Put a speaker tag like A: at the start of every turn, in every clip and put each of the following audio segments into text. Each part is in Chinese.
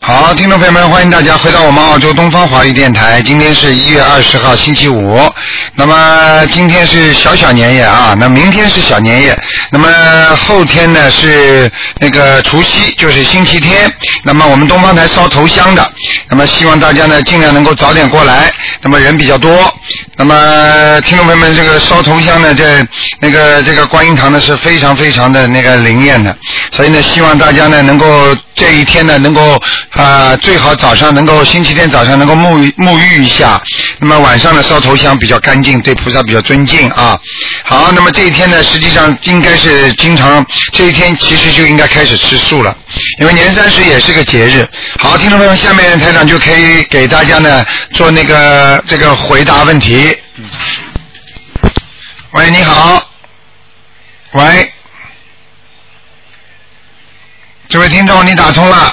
A: 好，听众朋友们，欢迎大家回到我们澳洲东方华语电台。今天是一月二十号，星期五。那么今天是小小年夜啊，那明天是小年夜，那么后天呢是那个除夕，就是星期天。那么我们东方台烧头香的，那么希望大家呢尽量能够早点过来。那么人比较多，那么听众朋友们，这个烧头香呢，这那个这个观音堂呢是非常非常的那个灵验的，所以呢，希望大家呢能够这一天呢能够啊、最好早上能够星期天早上能够沐浴沐浴一下，那么晚上呢烧头香比较干净，对菩萨比较尊敬啊。好，那么这一天呢，实际上应该是经常这一天其实就应该开始吃素了，因为年三十也是个节日。好，听众朋友们，下面台长就可以给大家呢做那个这个回答问题。喂，你好。喂，这位听众，你打通了。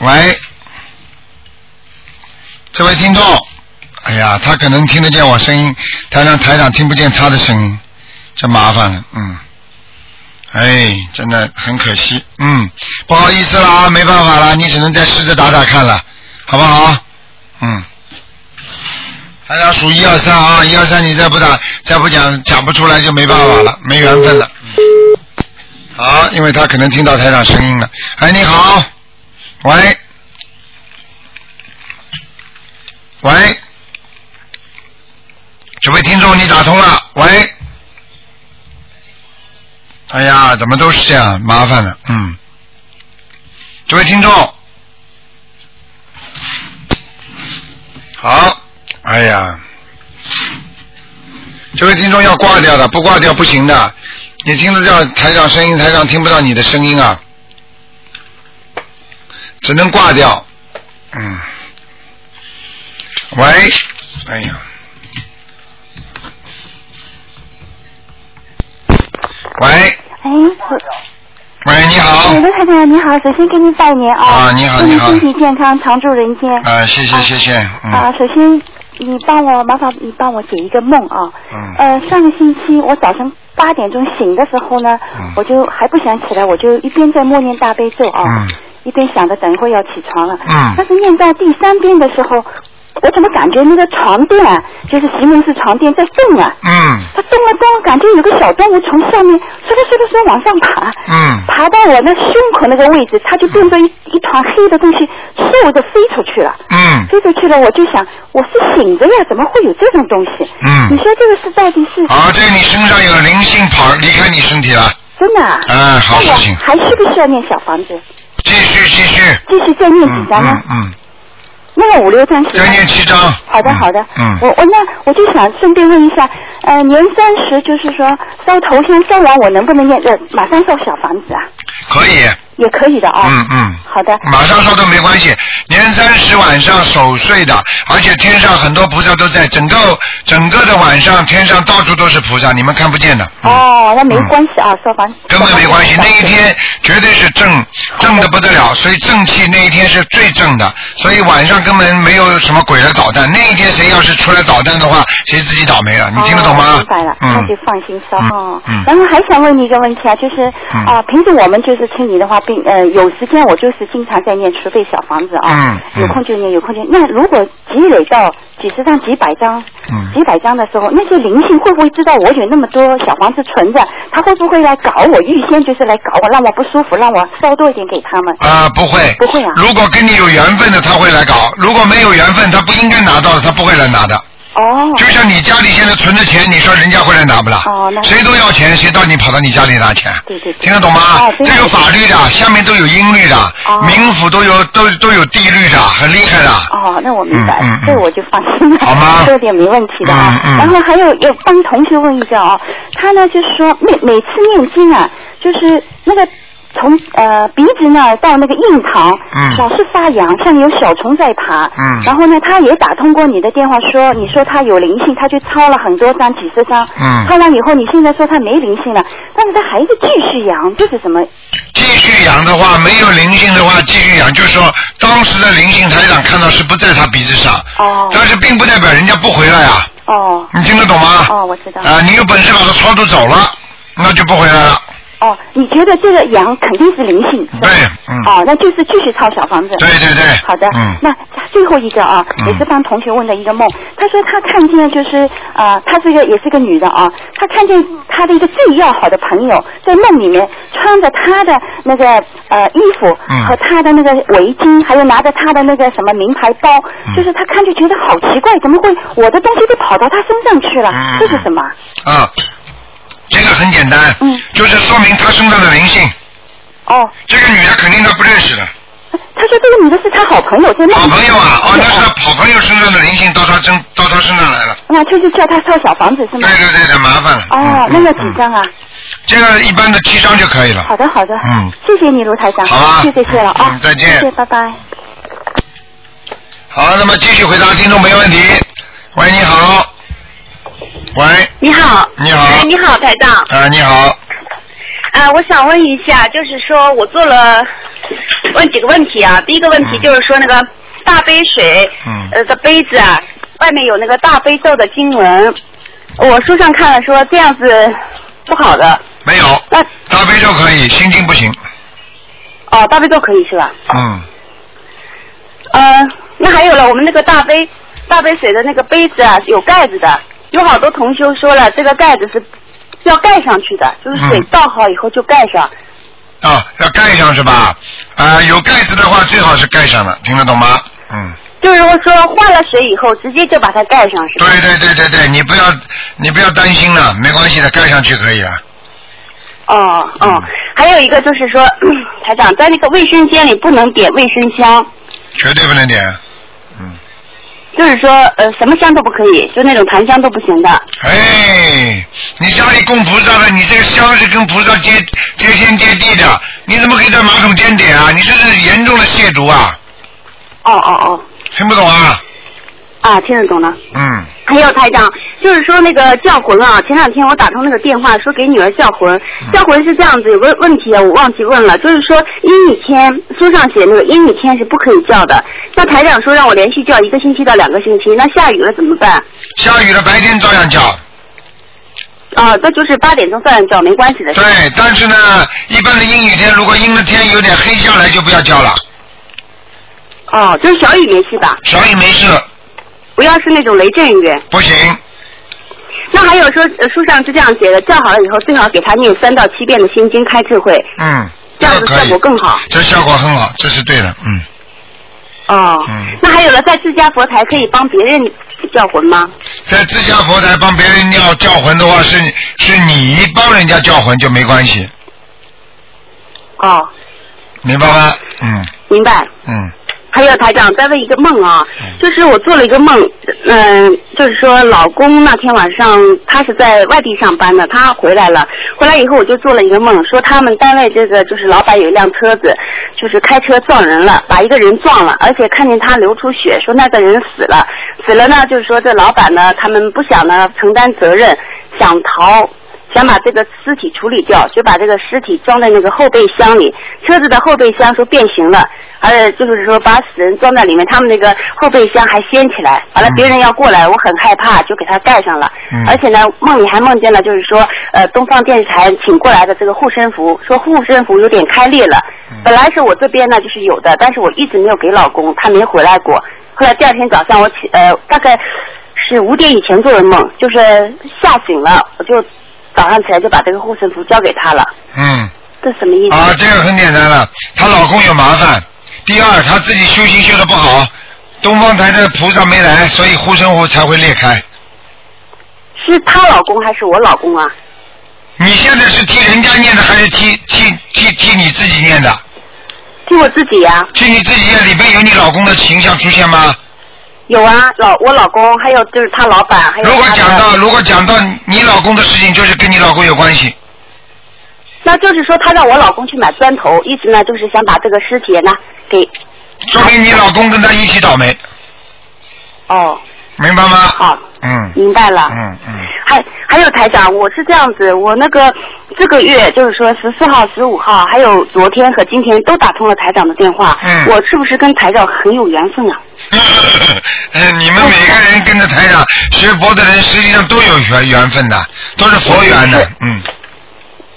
A: 喂，这位听众，哎呀，他可能听得见我声音，台上台长听不见他的声音，这麻烦了，嗯。哎，真的很可惜，嗯，不好意思啦，没办法啦，你只能再试着打打看了，好不好？嗯，台长数一二三啊，一二三，你再不打，再不讲，讲不出来就没办法了，没缘分了。嗯好，因为他可能听到台长声音了。哎，你好，喂，喂，这位听众，你打通了，喂。哎呀，怎么都是这样，麻烦了，嗯。这位听众，好，哎呀，这位听众要挂掉的，不挂掉不行的。你听得到台长声音，台长听不到你的声音啊，只能挂掉。嗯，喂，哎呀，喂，
B: 哎，我
A: 喂，你好
B: 哎，，卢台长你好，首先给您拜年啊！
A: 啊你好
B: 祝
A: 你
B: 您
A: 好
B: 身体健康，常驻人间。
A: 啊，谢谢谢谢，嗯
B: 啊，首先你帮我麻烦你帮我解一个梦啊。
A: 嗯，
B: 呃，上个星期我早晨八点钟醒的时候呢，
A: 嗯
B: 我就还不想起来，我就一边在默念大悲咒啊，
A: 嗯
B: 一边想着等一会儿要起床了。
A: 嗯
B: 但是念到第三遍的时候，我怎么感觉那个床垫啊，就是席梦式床垫在动啊？
A: 嗯
B: 它动了动，感觉有个小动物从下面嗖溜嗖溜嗖往上爬。
A: 嗯，
B: 爬到我那胸口那个位置，它就变成一一团黑的东西，嗖的飞出去了。
A: 嗯
B: 飞出去了，我就想，我是醒着呀，怎么会有这种东西？你
A: 嗯，
B: 说这个是到底是
A: 好，这个你身上有灵性跑离开你身体了，
B: 真的啊？
A: 啊，好事
B: 那我
A: 情，
B: 还需不需要念小房子？
A: 继续继续，
B: 继续再念
A: 嗯
B: 几张呢？啊
A: 嗯嗯，
B: 那个五六张行
A: 再
B: 吗？
A: 念七张，
B: 好的，好的。
A: 嗯
B: 我我那我就想顺便问一下，呃，年三十就是说烧头香烧完，我能不能念呃马上烧小房子啊？
A: 可以，
B: 也可以的啊、
A: 嗯嗯。
B: 好的，
A: 马上说都没关系，年三十晚上守岁的，而且天上很多菩萨都在，整个整个的晚上天上到处都是菩萨，你们看不见的。嗯
B: 哦，那没关系啊，烧房
A: 根本没关系，那一天绝对是正正的不得了，所以正气那一天是最正的，所以晚上根本没有什么鬼来捣蛋。那一天谁要是出来捣蛋的话，谁自己倒霉了，你听得懂
B: 哦
A: 吗
B: 明？白了，那就
A: 嗯，
B: 放心烧
A: 嗯
B: 哦
A: 嗯。
B: 然后还想问你一个问题啊，就是
A: 嗯
B: 啊，平时我们就是听你的话，并呃有时间我就是经常在念储备小房子啊，
A: 嗯
B: 有空就念，有空就念。那如果积累到几十张、几百张
A: 嗯、
B: 几百张的时候，那些灵性会不会知道我有那么多小房子存着？他会不会来搞我？预先就是来搞我，让我不舒服，让我烧多一点给他们？
A: 啊、不会。
B: 不会啊
A: 如果跟你有缘分的，他会来搞；如果没有缘分，他不应该拿到的，他不会来拿的。
B: 哦，
A: 就像你家里现在存着钱，你说人家会来拿不啦？
B: 哦那
A: 谁都要钱，谁到你跑到你家里拿钱？
B: 对对对
A: 听得懂吗
B: 哦？对
A: 这有法律的，下面都有音律的，
B: 哦
A: 民府都有都都有地律的，很厉害的。
B: 哦，那我明白
A: 嗯嗯
B: 了
A: 嗯，
B: 这我就放心了，
A: 好吗
B: 这点没问题的啊。
A: 嗯嗯
B: 然后还有要帮同学问一下啊，他呢就是说每每次念经啊，就是那个从呃鼻子那儿到那个印堂，
A: 嗯
B: 老是发痒，像有小虫在爬。
A: 嗯
B: 然后呢，他也打通过你的电话说，你说他有灵性，他就抄了很多张、几十张。
A: 嗯
B: 抄完以后，你现在说他没灵性了，但是他还是继续痒，这是什么？
A: 继续养的话，没有灵性的话，继续养，就是说当时的灵性台长看到是不在他鼻子上，
B: 哦
A: 但是并不代表人家不回来啊，
B: 哦
C: 嗯
A: 你听得懂吗？
B: 哦，我知道。
A: 啊，你有本事把他超度走了，那就不回来了。
B: 哦，你觉得这个羊肯定是灵性？是吧
A: 对，嗯，
B: 哦，那就是继续抄小房子。
A: 对对对，
B: 好的，
A: 嗯，
B: 那最后一个啊，
A: 嗯
B: 也是帮同学问的一个梦。他说他看见就是呃，她是一个也是个女的啊，她看见她的一个最要好的朋友在梦里面穿着她的那个呃衣服
A: 嗯
B: 和她的那个围巾，还有拿着她的那个什么名牌包，
A: 嗯
B: 就是他看就觉得好奇怪，怎么会我的东西都跑到她身上去了？
A: 嗯
B: 这是什么？
A: 啊，这个很简单，
B: 嗯
A: 就是说明他身上的灵性，
B: 哦，
A: 这个女的肯定他不认识的，
B: 他说这个女的是他好朋友，在梦里
A: 好朋友啊，哦，
B: 对
A: 那是他好朋友身上的灵性到他身到他身上来了，
B: 那啊就是叫他烧小房子是
A: 对
B: 吗？
A: 对对，太麻烦了。
B: 哦
A: 嗯，
B: 那要
A: 嗯
B: 几
A: 嗯
B: 张啊？
A: 这个一般的七张就可以了。
B: 好的，好的，
A: 嗯，
B: 谢谢你，卢台长，
A: 好啊
B: 谢谢谢了啊，
A: 嗯再见
B: 谢谢，拜拜。
A: 好，那么继续回答听众朋友问题。喂，你好。喂，
D: 你好，
A: 你好哎
D: 哎，你好，台长，啊、
A: 啊，你好，
D: 我想问一下，就是说我做了问几个问题啊，第一个问题
A: 嗯
D: 就是说那个大杯水，
A: 嗯
D: 呃的杯子啊，外面有那个大悲咒的经文，我书上看了说这样子不好的，
A: 没有，
D: 那
A: 大悲咒可以，心经不行。
D: 哦大悲咒可以是吧？
A: 嗯，
D: 呃，那还有了，我们那个大杯大杯水的那个杯子啊，有盖子的，有好多同修说了，这个盖子是要盖上去的，就是水
A: 嗯
D: 倒好以后就盖上。
A: 啊，要盖上是吧？啊，有盖子的话最好是盖上的，听得懂吗？嗯，
D: 就是我说换了水以后，直接就把它盖上是吧？
A: 对对对对对，你不要你不要担心了，没关系的，盖上去可以了。
D: 哦哦
A: 嗯，
D: 还有一个就是说， 台长在那个卫生间里不能点卫生香，
A: 绝对不能点。嗯，
D: 就是说呃什么香都不可以，就那种檀香都不行的。
A: 哎，你家里供菩萨的，你这个香是跟菩萨接接天接地的，你怎么可以在马桶间点啊？你这是严重的亵渎啊！
D: 哦哦哦，
A: 听不懂啊？
D: 啊，听得懂了。
A: 嗯，
D: 还有台长，就是说那个叫魂啊，前两天我打通那个电话说给女儿叫魂，
A: 嗯
D: 叫魂是这样子，有个问题啊，我忘记问了，就是说阴雨天书上写那个阴雨天是不可以叫的，那台长说让我连续叫一个星期到两个星期，那下雨了怎么办？
A: 下雨了白天照样叫，
D: 啊、那就是八点钟照样叫，没关系的。
A: 对，但是呢，啊一般的阴雨天，如果阴的天有点黑下来，就不要叫了。
D: 哦，就是小雨没事吧？
A: 小雨没事，
D: 不要是那种雷阵雨。
A: 不行，
D: 那还有说，呃书上是这样写的，叫好了以后最好给他念三到七遍的心经开智慧，
A: 嗯，
D: 这样子
A: 个可
D: 效
A: 以
D: 果，更好。
A: 这效果很好，这是对的，嗯，
D: 哦，
A: 嗯
D: 那还有了，在自家佛台可以帮别人叫魂吗？
A: 在自家佛台帮别人要叫魂的话，是是你帮人家叫魂就没关系，
D: 哦，
A: 明白吗？嗯
D: 明白。
A: 嗯
D: 还有台长，再问一个梦啊
A: 嗯，
D: 就是我做了一个梦，嗯、就是说老公那天晚上他是在外地上班的，他回来了，回来以后我就做了一个梦，说他们单位这个就是老板有一辆车子，就是开车撞人了，把一个人撞了，而且看见他流出血，说那个人死了，死了呢，就是说这老板呢，他们不想呢承担责任，想逃，想把这个尸体处理掉，就把这个尸体装在那个后备箱里。车子的后备箱说变形了，而且就是说把死人装在里面，他们那个后备箱还掀起来。完了
A: 嗯，
D: 别人要过来，我很害怕，就给他盖上了。
A: 嗯
D: 而且呢，梦里还梦见了，就是说，呃，东方电视台请过来的这个护身符，说护身符有点开裂了。
A: 嗯
D: 本来是我这边呢就是有的，但是我一直没有给老公，他没回来过。后来第二天早上我起，呃，大概是五点以前做的梦，就是吓醒了，我就早上起来就把这个护身符交给他了，
A: 嗯，
D: 这什么意思？
A: 啊，这个很简单了，她老公有麻烦，第二她自己修行修的不好，东方台的菩萨没来，所以护身符才会裂开。
D: 是她老公还是我老公啊？
A: 你现在是替人家念的，还是替替替替你自己念的？
D: 就我自己呀、
A: 替你自己念里边有你老公的形象出现吗？
D: 有啊，老我老公，还有就是他老板，还有
A: 如果
D: 他的
A: 讲到如果讲到你老公的事情，就是跟你老公有关系。
D: 那就是说他让我老公去买砖头，一直呢就是想把这个尸体呢给
A: 说明你老公跟他一起倒霉，
D: 哦，
A: 明白吗？
D: 好，
A: 嗯
D: 明白了。
A: 嗯嗯，
D: 还还有台长，我是这样子，我那个这个月就是说十四号、十五号，还有昨天和今天都打通了台长的电话。
A: 嗯
D: 我是不是跟台长很有缘分啊？
A: 呃， 你们每个人跟着台长学佛的人，实际上都有缘缘分的，都是佛缘的，嗯，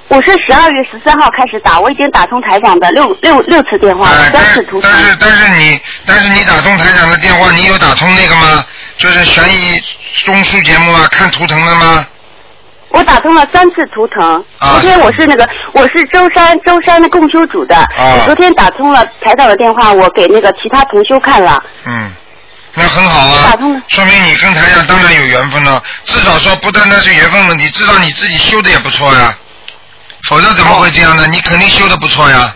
D: 我是十二月十三号开始打，我已经打通台长的六六六次电话
A: 哎
D: 了，，三
A: 但
D: 次
A: 是
D: 图腾
A: 但。是但是你但是你打通台长的电话，你有打通那个吗？就是悬疑综述节目啊，看图腾的吗？
D: 我打通了三次图腾。
A: 啊
D: 昨天我是那个，我是舟山舟山的共修组的。
A: 啊
D: 我昨天打通了台长的电话，我给那个其他同修看了。
A: 嗯，那很好啊
D: 打通了，
A: 说明你跟台长当然有缘分了。至少说不单单是缘分问题，至少你自己修的也不错呀，否则怎么会这样呢？你肯定修的不错呀。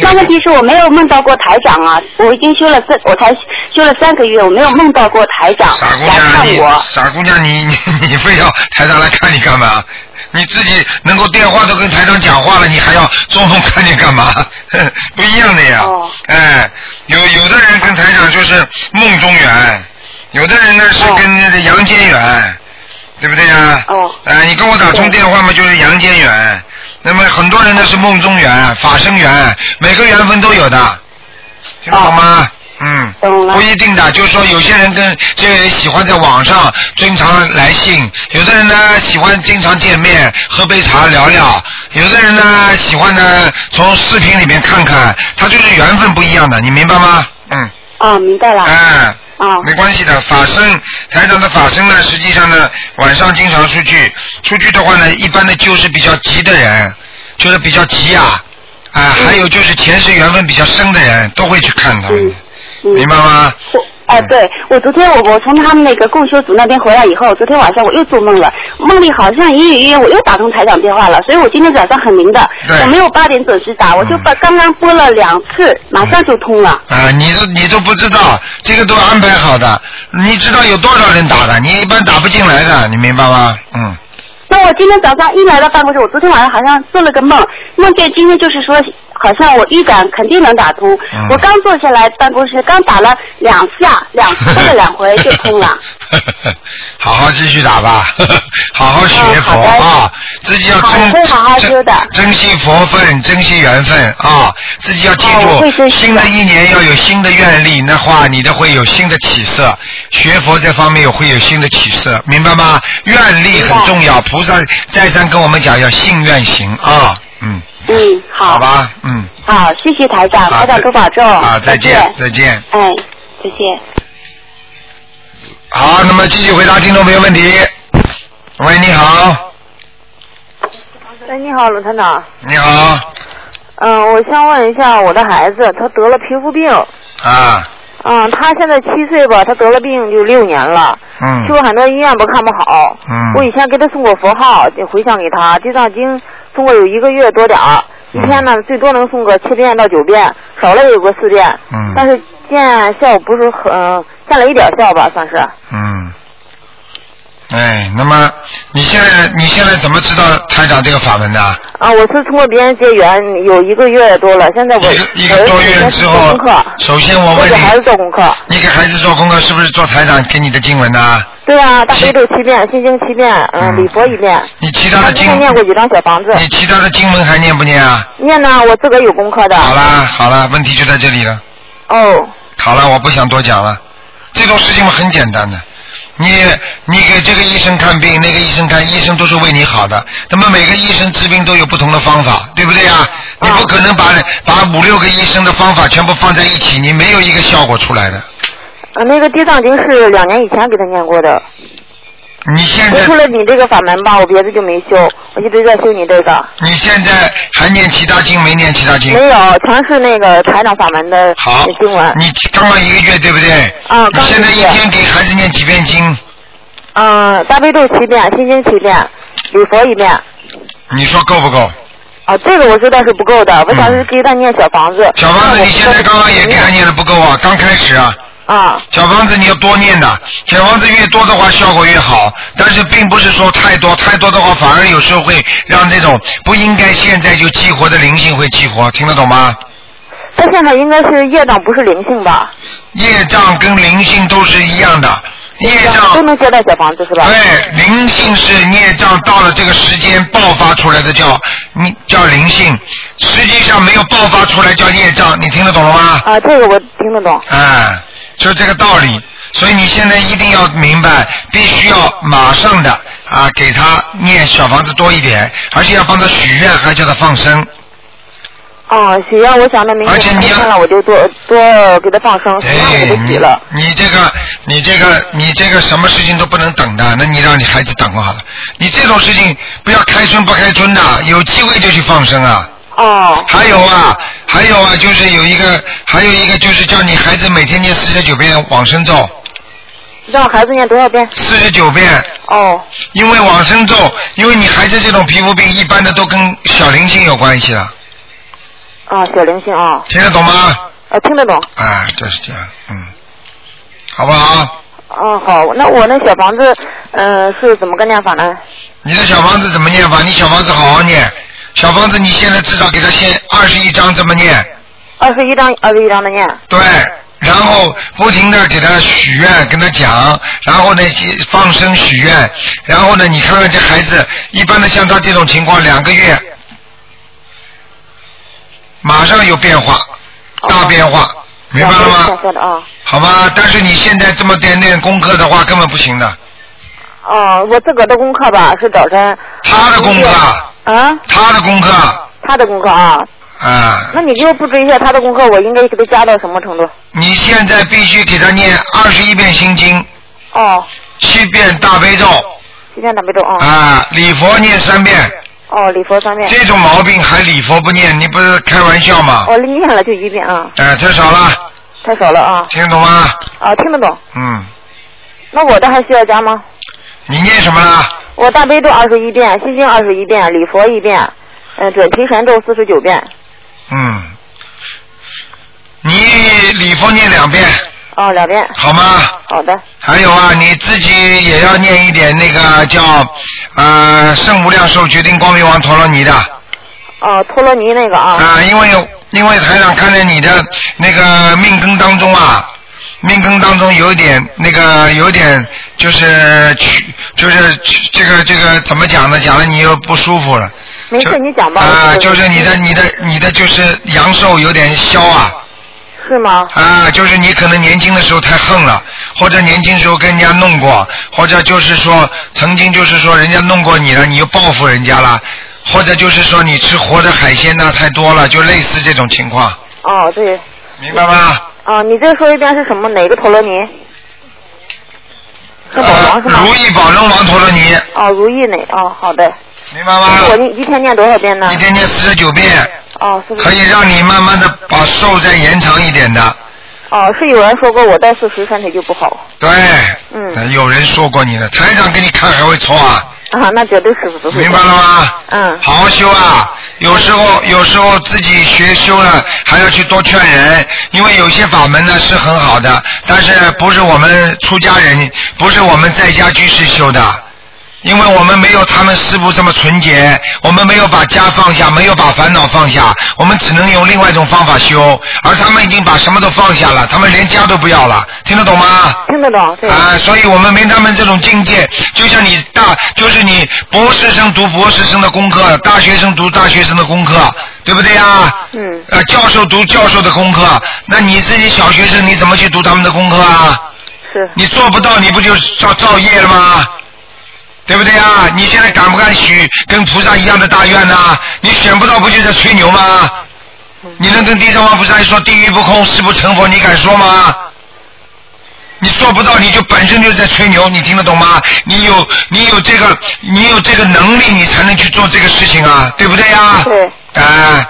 D: 但问题是我没有梦到过台长啊，我已经修了三，我才修了三个月，我没有梦到过台长
A: 傻姑
D: 来
A: 娘，
D: 看
A: 你
D: 我。
A: 傻姑娘，你你你非要台长来看你干嘛？你自己能够电话都跟台长讲话了，你还要做梦看见干嘛？ 不一样的呀。
D: 哦
A: 哎，有有的人跟台长就是梦中缘，有的人呢是
D: 哦
A: 跟那个阳间缘，对不对呀？
D: 哦
A: 哎，你跟我打通
D: 对
A: 电话嘛，就是阳间缘。那么很多人呢是梦中缘、法身缘，每个缘分都有的，听得懂吗？嗯。
D: 啊懂了
A: 不一定的，就是说有些人跟这个人喜欢在网上经常来信，有的人呢喜欢经常见面喝杯茶聊聊，有的人呢喜欢呢从视频里面看看，他就是缘分不一样的，你明白吗？嗯，
D: 啊，明白了。
A: 哎、
D: 啊，
A: 没关系的，法身台长的法身呢，实际上呢，晚上经常出去，出去的话呢，一般的就是比较急的人，就是比较急啊，啊，还有就是前世缘分比较深的人，都会去看他们的，
D: 嗯
A: 明白吗？嗯
D: 我哎，对，我昨天我我从他们那个共修组那边回来以后，昨天晚上我又做梦了，梦里好像隐隐约约我又打通台长电话了，所以我今天早上很灵的
A: 对，嗯
D: 我没有八点准时打，我就把刚刚拨了两次，马上就通了。
A: 啊，你都你都不知道，这个都安排好的，你知道有多少人打的，你一般打不进来的，你明白吗？嗯，
D: 那我今天早上一来到办公室，我昨天晚上好像做了个梦，梦见今天就是说，好像我预感肯定能打通。
A: 嗯
D: 我刚坐下来办公室，刚打了两下，两次了两回就通 了。。
A: 好好继续打吧， 好好学
D: 嗯
A: 佛
D: 好的
A: 啊，自己要
D: 好我
A: 珍
D: 会好好修
A: 珍
D: 的
A: 珍惜佛分，珍惜缘分啊，自己要记
D: 哦我会
A: 住，
D: 珍惜
A: 新的一年要有新的愿力，那话你的会有新的起色，学佛这方面有会有新的起色，明白吗？愿力很重要，菩萨再三跟我们讲要信愿行啊，嗯。
D: 嗯，好，
A: 好，吧，嗯，
D: 好，谢谢台长，台
A: 好
D: 长多保重，
A: 啊，再见，
D: 再见
A: 再见。
D: 哎，再见。
A: 好，那么继续回答听众朋友问题。喂，你好，
E: 哎，你好，鲁团长。
A: 你好，
E: 嗯，我想问一下我的孩子，他得了皮肤病。
A: 啊，
E: 嗯，他现在七岁吧，他得了病就六年了，去
A: 嗯，
E: 过很多医院吧，看不好。
A: 嗯
E: 我以前给他送过佛号，就回向给他，地藏经送过有一个月多点儿，一
A: 嗯
E: 天呢最多能送个七遍到九遍，少了也有个四遍。
A: 嗯
E: 但是见效不是很，见了一点效吧，算是。
A: 嗯，哎，那么你现在你现在怎么知道台长这个法门的？
E: 啊，我是通过别人结缘，有一个月多了，现在我
A: 一个一个多月
E: 我儿子每
A: 之
E: 天做
A: 后
E: 功课，
A: 首先我
E: 我
A: 问
E: 给孩子
A: 你，
E: 做功课。
A: 你给孩子做功课是不是做台长给你的经文呢？
E: 对啊，大
A: 七
E: 悲咒七遍，心经七遍，
A: 嗯
E: 嗯，礼佛一遍。
A: 你其他
E: 他
A: 的
E: 今
A: 经，
E: 天念过几张小房子？
A: 你其他的经文还念不念啊？
E: 念呢，我自个儿有功课的。
A: 好啦，啊好啦，问题就在这里了。
E: 哦，
A: 好了，我不想多讲了。这种事情嘛很简单的，你你给这个医生看病，那个医生看，医生都是为你好的。那么每个医生治病都有不同的方法，对不对呀？你不可能把
E: 哦
A: 把五六个医生的方法全部放在一起，你没有一个效果出来的。
E: 呃那个地藏经是两年以前给他念过的。
A: 你现
E: 我
A: 在
E: 除了你这个法门吧，我别的就没修，我一直在修你这个。
A: 你现在还念其他经没念其他经？
E: 没有，全是那个台长法门的
A: 好
E: 经文，。
A: 你刚刚一个月对不对？
E: 啊
A: 你
E: 刚一
A: 现
E: 个
A: 在一
E: 月
A: 天给孩子念几遍经？
E: 嗯，大悲咒七遍，心经七遍，礼佛一遍。
A: 你说够不够？
E: 啊，这个我知道是不够的，我想是给他念小房子。
A: 嗯小王
E: 那
A: 子，
E: 我
A: 你
E: 不知道
A: 现在
E: 是
A: 刚刚
E: 怎
A: 也
E: 么
A: 给他
E: 念
A: 念的不够啊，刚开始啊。
E: 啊，
A: 小房子你要多念的，小房子越多的话效果越好，但是并不是说太多，太多的话反而有时候会让这种不应该现在就激活的灵性会激活，听得懂吗？
E: 他现在应该是业障，不是灵性吧？
A: 业障跟灵性都是一样的，业
E: 都
A: 障哎
E: 能接待小房子是吧？
A: 对灵性是业障到了这个时间爆发出来的叫你叫灵性，实际上没有爆发出来叫业障，你听得懂了吗？
E: 啊，这个我听得懂。
A: 啊，就这个道理。所以你现在一定要明白，必须要马上的啊，给他念小房子多一点，而且要帮他许愿，还叫他放生。
E: 啊，许愿，我想着明
A: 而且
E: 天
A: 你要
E: 看了我就多多给他放生，许
A: 哎
E: 愿我，都许
A: 你
E: 了。
A: 你这个你这个你这个什么事情都不能等的，那你让你孩子等好了。你这种事情不要开春不开春的，有机会就去放生啊。
E: 哦，
A: 还有啊，还有啊，就是有一个，还有一个就是叫你孩子每天念四十九遍往生咒，
E: 让孩子念多少遍？
A: 四十九遍
E: 哦，
A: 因为往生咒，因为你孩子这种皮肤病，一般的都跟小灵性有关系了，
E: 啊，小灵性啊，
A: 听得懂吗？
E: 啊，听得懂。
A: 啊，就是这样，嗯，好不好？
E: 啊，好，那我那小房子，嗯、是怎么个念法呢？
A: 你的小房子怎么念法？你小房子好好念，小房子你现在至少给他先二十一章这么念，
E: 二十一张，二十一张的念。
A: 对，然后不停的给他许愿，跟他讲，然后呢放生许愿，然后呢你看看这孩子，一般的像他这种情况，两个月马上有变化，大变化，明白了
E: 下
A: 吗？
E: 下的啊。
A: 好吧，但是你现在这么点点功课的话，根本不行的。
E: 哦，我自个儿的功课吧是早晨。
A: 他的功课啊
E: 啊，
A: 他的功课
E: 他的功课啊，
A: 啊
E: 那，你给我布置一下他的功课，我应该给他加到什么程度？
A: 你现在必须给他念二十一遍心经，
E: 哦，
A: 七遍大悲咒
E: 今天打没中啊。
A: 啊，礼佛念三遍。
E: 哦，礼佛三遍。
A: 这种毛病还礼佛不念，你不是开玩笑吗？
E: 哦，念了就一遍啊，
A: 哎、太少了，
E: 太少了啊。
A: 听得懂吗？
E: 啊，听得懂。
A: 嗯，
E: 那我的还需要加吗？
A: 你念什么了？
E: 我大悲咒二十一遍，心经二十一遍，礼佛一遍，嗯、准提神咒四十九遍。
A: 嗯，你礼佛念两遍，
E: 哦，两遍。
A: 好吗？
E: 好的。
A: 还有啊，你自己也要念一点那个叫呃圣无量寿决定光明王陀罗尼的啊、
E: 哦，陀罗尼那个啊。
A: 因为因为台长看见你的那个命根当中啊，命根当中有一点那个有点就是去就是去这个这个怎么讲呢？讲了你又不舒服了。
E: 没
A: 就
E: 事，你讲吧。
A: 啊、
E: 我这
A: 就
E: 个
A: 是你的你的你的就是阳寿有点消啊。
E: 是吗？
A: 啊，就是你可能年轻的时候太横了，或者年轻时候跟人家弄过，或者就是说曾经就是说人家弄过你了，你又报复人家了，或者就是说你吃活的海鲜呐太多了，就类似这种情况，
E: 哦，对。
A: 明白吗？
E: 啊，你再说一遍是什么？哪个陀罗尼？是宝
A: 呃
E: 王是吗？
A: 如意宝龙王陀罗尼，
E: 哦，如意那哦，好的。
A: 明白
E: 我
A: 吗？
E: 一一天念多少遍呢
A: 一？天念四十九遍，
E: 哦，是不
A: 可
E: 是？
A: 以让你慢慢的把寿再延长一点的。
E: 哦，是有人说过我到四十身体就不好
A: 对，
E: 嗯
A: 有人说过你了，台长给你看还会错啊，
E: 啊，那绝对是不会。
A: 明白了。吗？
E: 嗯，
A: 好好修啊！有时候有时候自己学修了，还要去多劝人，因为有些法门呢是很好的，但是不是我们出家人，不是我们在家居士修的，因为我们没有他们师傅这么纯洁，我们没有把家放下，没有把烦恼放下，我们只能用另外一种方法修，而他们已经把什么都放下了，他们连家都不要了，听得懂吗？
E: 听得懂，对。
A: 啊，所以我们没他们这种境界，就像你大，就是你博士生读博士生的功课，大学生读大学生的功课，对不对呀？
E: 嗯，
A: 呃，教授读教授的功课，啊那你自己小学生你怎么去读他们的功课啊？
E: 是。
A: 你做不到，你不就造造业了吗？对不对啊？你现在敢不敢许跟菩萨一样的大愿呢、你选不到，不就在吹牛吗？你能跟地藏王菩萨说地狱不空，誓不成佛，你敢说吗？你做不到，你就本身就在吹牛，你听得懂吗？你有你有这个你有这个能力，你才能去做这个事情啊，对不对啊？
E: 对。
A: 哎、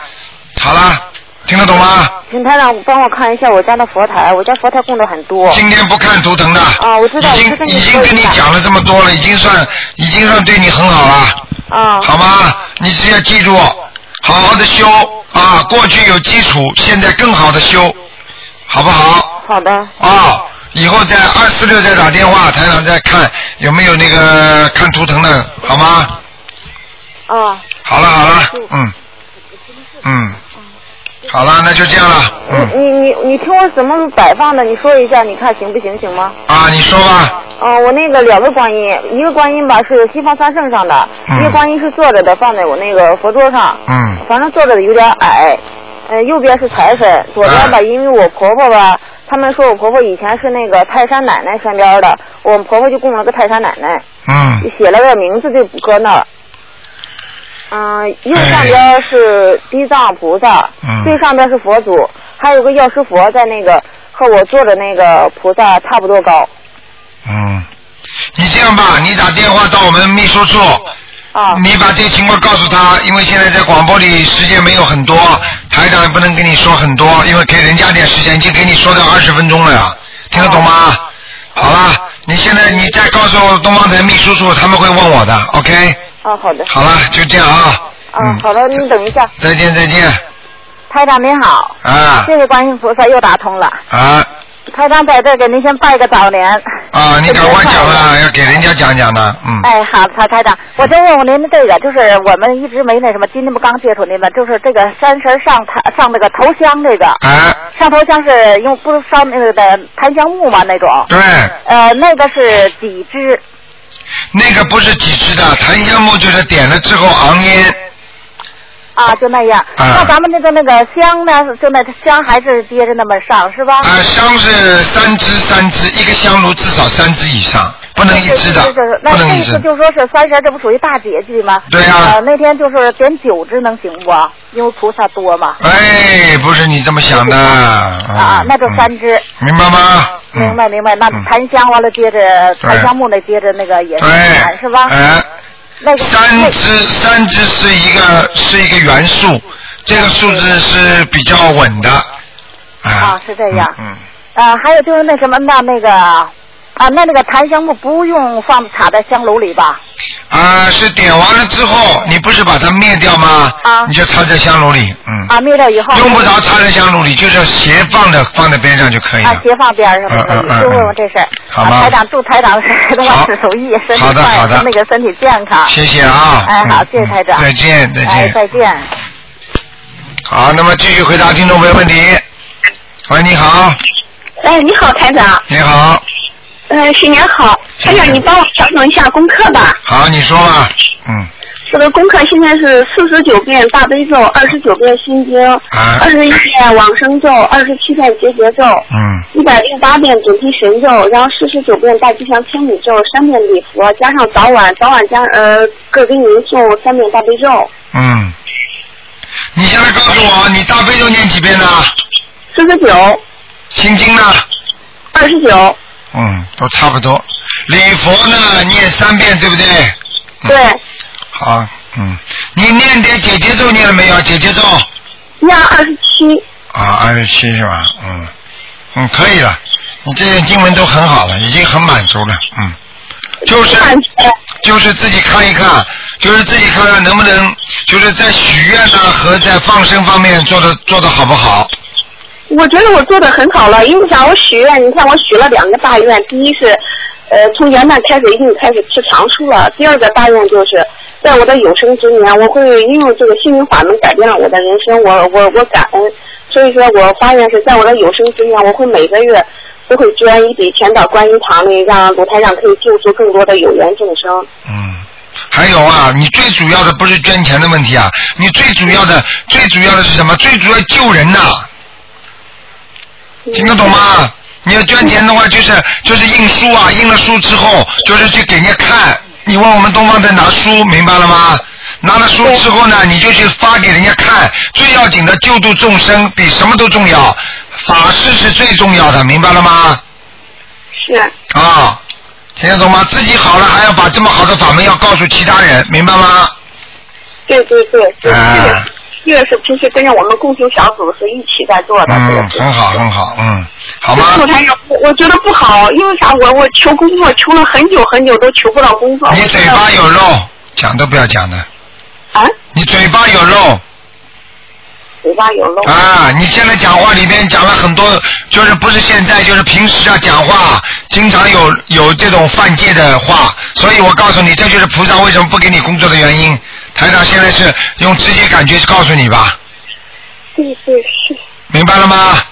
A: 好了，听得懂吗？
E: 请台长帮我看一下我家的佛台，我家佛台供的很多。
A: 今天不看图腾的。
E: 啊我知道
A: 已
E: 我知道
A: 经
E: 你
A: 已经
E: 说
A: 跟你
E: 一下
A: 讲了这么多了，已经算已经算对你很好了，
E: 啊。
A: 好吗？你只要记住，好好的修啊，过去有基础，现在更好的修，好不好？
E: 好的。
A: 啊，以后在二四六再打电话，台长再看有没有那个看图腾的，好吗？
E: 啊，
A: 好了好了，嗯，嗯，好了，那就这样了，嗯，
E: 你你你听我怎么摆放的，你说一下，你看行不行，行吗？
A: 啊，你说吧，
E: 嗯、我那个两个观音，一个观音吧是西方三圣上的，
A: 嗯
E: 一个观音是坐着的，放在我那个佛桌上，
A: 嗯，
E: 反正坐着的有点矮，呃，右边是财神，左边吧，
A: 啊
E: 因为我婆婆吧，他们说我婆婆以前是那个泰山奶奶身边的，我们婆婆就供了个泰山奶奶，
A: 嗯，
E: 写了个名字就搁那儿。嗯、右上边是地藏菩萨，
A: 哎嗯
E: 最上边是佛祖，还有个药师佛在那个和我坐着那个菩萨差不多高
A: 嗯，你这样吧，你打电话到我们秘书处，
E: 嗯啊。
A: 你把这个情况告诉他，因为现在在广播里时间没有很多，
E: 嗯
A: 台长也不能跟你说很多，因为给人家点时间，已经给你说到二十分钟了呀，听得懂吗？
E: 啊
A: 好了，你现在
E: 嗯
A: 你再告诉东方台秘书处，他们会问我的，OK？
E: 啊，好的。
A: 好了，就这样啊。
E: 啊，好的，你等一下，
A: 再见再见
E: 台长您好，
A: 啊
E: 谢谢观音菩萨又打通了。
A: 啊
E: 台长在这儿给您先拜个早年。
A: 啊！你赶快讲了，要给人家讲讲呢，嗯。
E: 哎，好，台台长，我再问问您这个，就是我们一直没那什么，今天不刚接触您吗？就是这个三十上台上那个头香这个，
A: 哎，
E: 上头香是用不是烧那个的檀香木吗？那种，
A: 对，
E: 呃，那个是几支？
A: 那个不是几支的，檀香木就是点了之后昂烟，
E: 啊，就那样。
A: 啊
E: 那咱们那个那个香呢，就那香还是接着那么上是吧？
A: 啊，香是三支三支，一个香炉至少三支以上，不能一支的
E: 对对对，
A: 不
E: 那
A: 能
E: 这
A: 一
E: 一
A: 支
E: 次。就说是三十，这不属于大节气吗？
A: 对呀
E: 呃，那天就是点九支能行不？因为菩萨多嘛。
A: 哎，不是你这么想的。
E: 啊
A: 啊，
E: 那就三支。
A: 明白吗？嗯
E: 明白明白，那
A: 嗯
E: 檀香完了接着
A: 对
E: 檀香木那接着那个也是檀
A: 对，
E: 是吧？
A: 哎。
E: 那个
A: 三支三支是一个是一个元素，这个数字是比较稳的。啊
E: 啊是这样
A: 嗯，
E: 啊，还有就是那什么那那个啊，那那个檀香木不用放插在香炉里吧？
A: 嗯啊，是点完了之后，你不是把它灭掉吗？
E: 啊
A: 你就插在香炉里，嗯。
E: 啊，灭掉以后
A: 用不着插在香炉里，就是斜放着放在边上就可以
E: 啊，
A: 了。
E: 斜放边儿上
A: 哎嗯嗯嗯
E: 就问问这事儿。
A: 好
E: 啊
A: 吗
E: 台长祝台 长都万事如意，身体
A: 好的
E: 快
A: 好的
E: 乐，那个身体健康。
A: 谢谢啊。
E: 哎，好
A: 嗯，
E: 谢谢台长。
A: 嗯再见再
E: 哎，
A: 见。
E: 再见。
A: 好，那么继续回答听众朋友问题。喂，你好，
C: 哎，你好，台长。
A: 你好，
C: 呃，新年好，台
A: 新
C: 长，
A: 年
C: 你帮我调整一下功课吧。
A: 好，你说吧，嗯，
C: 我的功课现在是四十九遍大悲咒，二十九遍心经，
A: 啊
C: 二，十一遍往生咒，二十七遍结节咒，
A: 嗯，
C: 一百零八遍准提神咒，然后四十九遍大吉祥天女咒，三遍礼佛，加上早晚，早晚加呃各给您诵三遍大悲咒，
A: 嗯，你现在告诉我，你大悲咒念几遍呢？啊
C: 四十九、
A: 心经呢？
C: 二十九，
A: 嗯，都差不多。礼佛呢，念三遍，对不对？嗯
C: 对，
A: 好，嗯，你念点姐姐咒念了没有？姐姐咒
C: 念二十七，
A: 啊，二十七是吧？嗯，嗯，可以了。你这些经文都很好了，已经很满足了，嗯，就是
C: 感觉
A: 就是自己看一看，就是自己看看能不能，就是在许愿呢、和在放生方面做的做的好不好？
C: 我觉得我做的很好了，因为你想我许愿，你看我许了两个大愿，第一是，呃，从元旦开始已经开始吃长素了；第二个大愿就是，在我的有生之年，我会因为这个心灵法门改变了我的人生，我我我感恩，所以说我发愿是在我的有生之年，我会每个月都会捐一笔钱到观音堂里，让卢台长可以救助更多的有缘众生。
A: 嗯，还有啊，你最主要的不是捐钱的问题啊，你最主要的最主要的是什么？最主要救人呐、听得懂吗？你要捐钱的话，就是就是印书啊，印了书之后，就是去给人家看。你往我们东方在拿书，明白了吗？拿了书之后呢，你就去发给人家看。最要紧的救度众生比什么都重要，法师是最重要的，明白了吗？
C: 是，
A: 啊，听得懂吗？自己好了，还要把这么好的法门要告诉其他人，明白吗？
C: 对对对，对这个
A: 啊，
C: 这个是平时跟着我们共修小组是一起在做的，这个
A: 嗯，
C: 是。
A: 很好，很好，嗯，好吗？
C: 陆台长，我我觉得不好，因为啥？我我求工作求了很久很久都求不到工作。
A: 你
C: 我觉
A: 嘴
C: 得
A: 巴有肉，讲都不要讲的。
C: 啊？
A: 你嘴巴有肉，
C: 嘴巴有漏。
A: 啊，你现在讲话里边讲了很多，就是不是现在，就是平时啊讲话，经常有有这种犯戒的话，所以我告诉你，这就是菩萨为什么不给你工作的原因。台长现在是用直接感觉告诉你吧，
C: 对对是。
A: 明白了吗？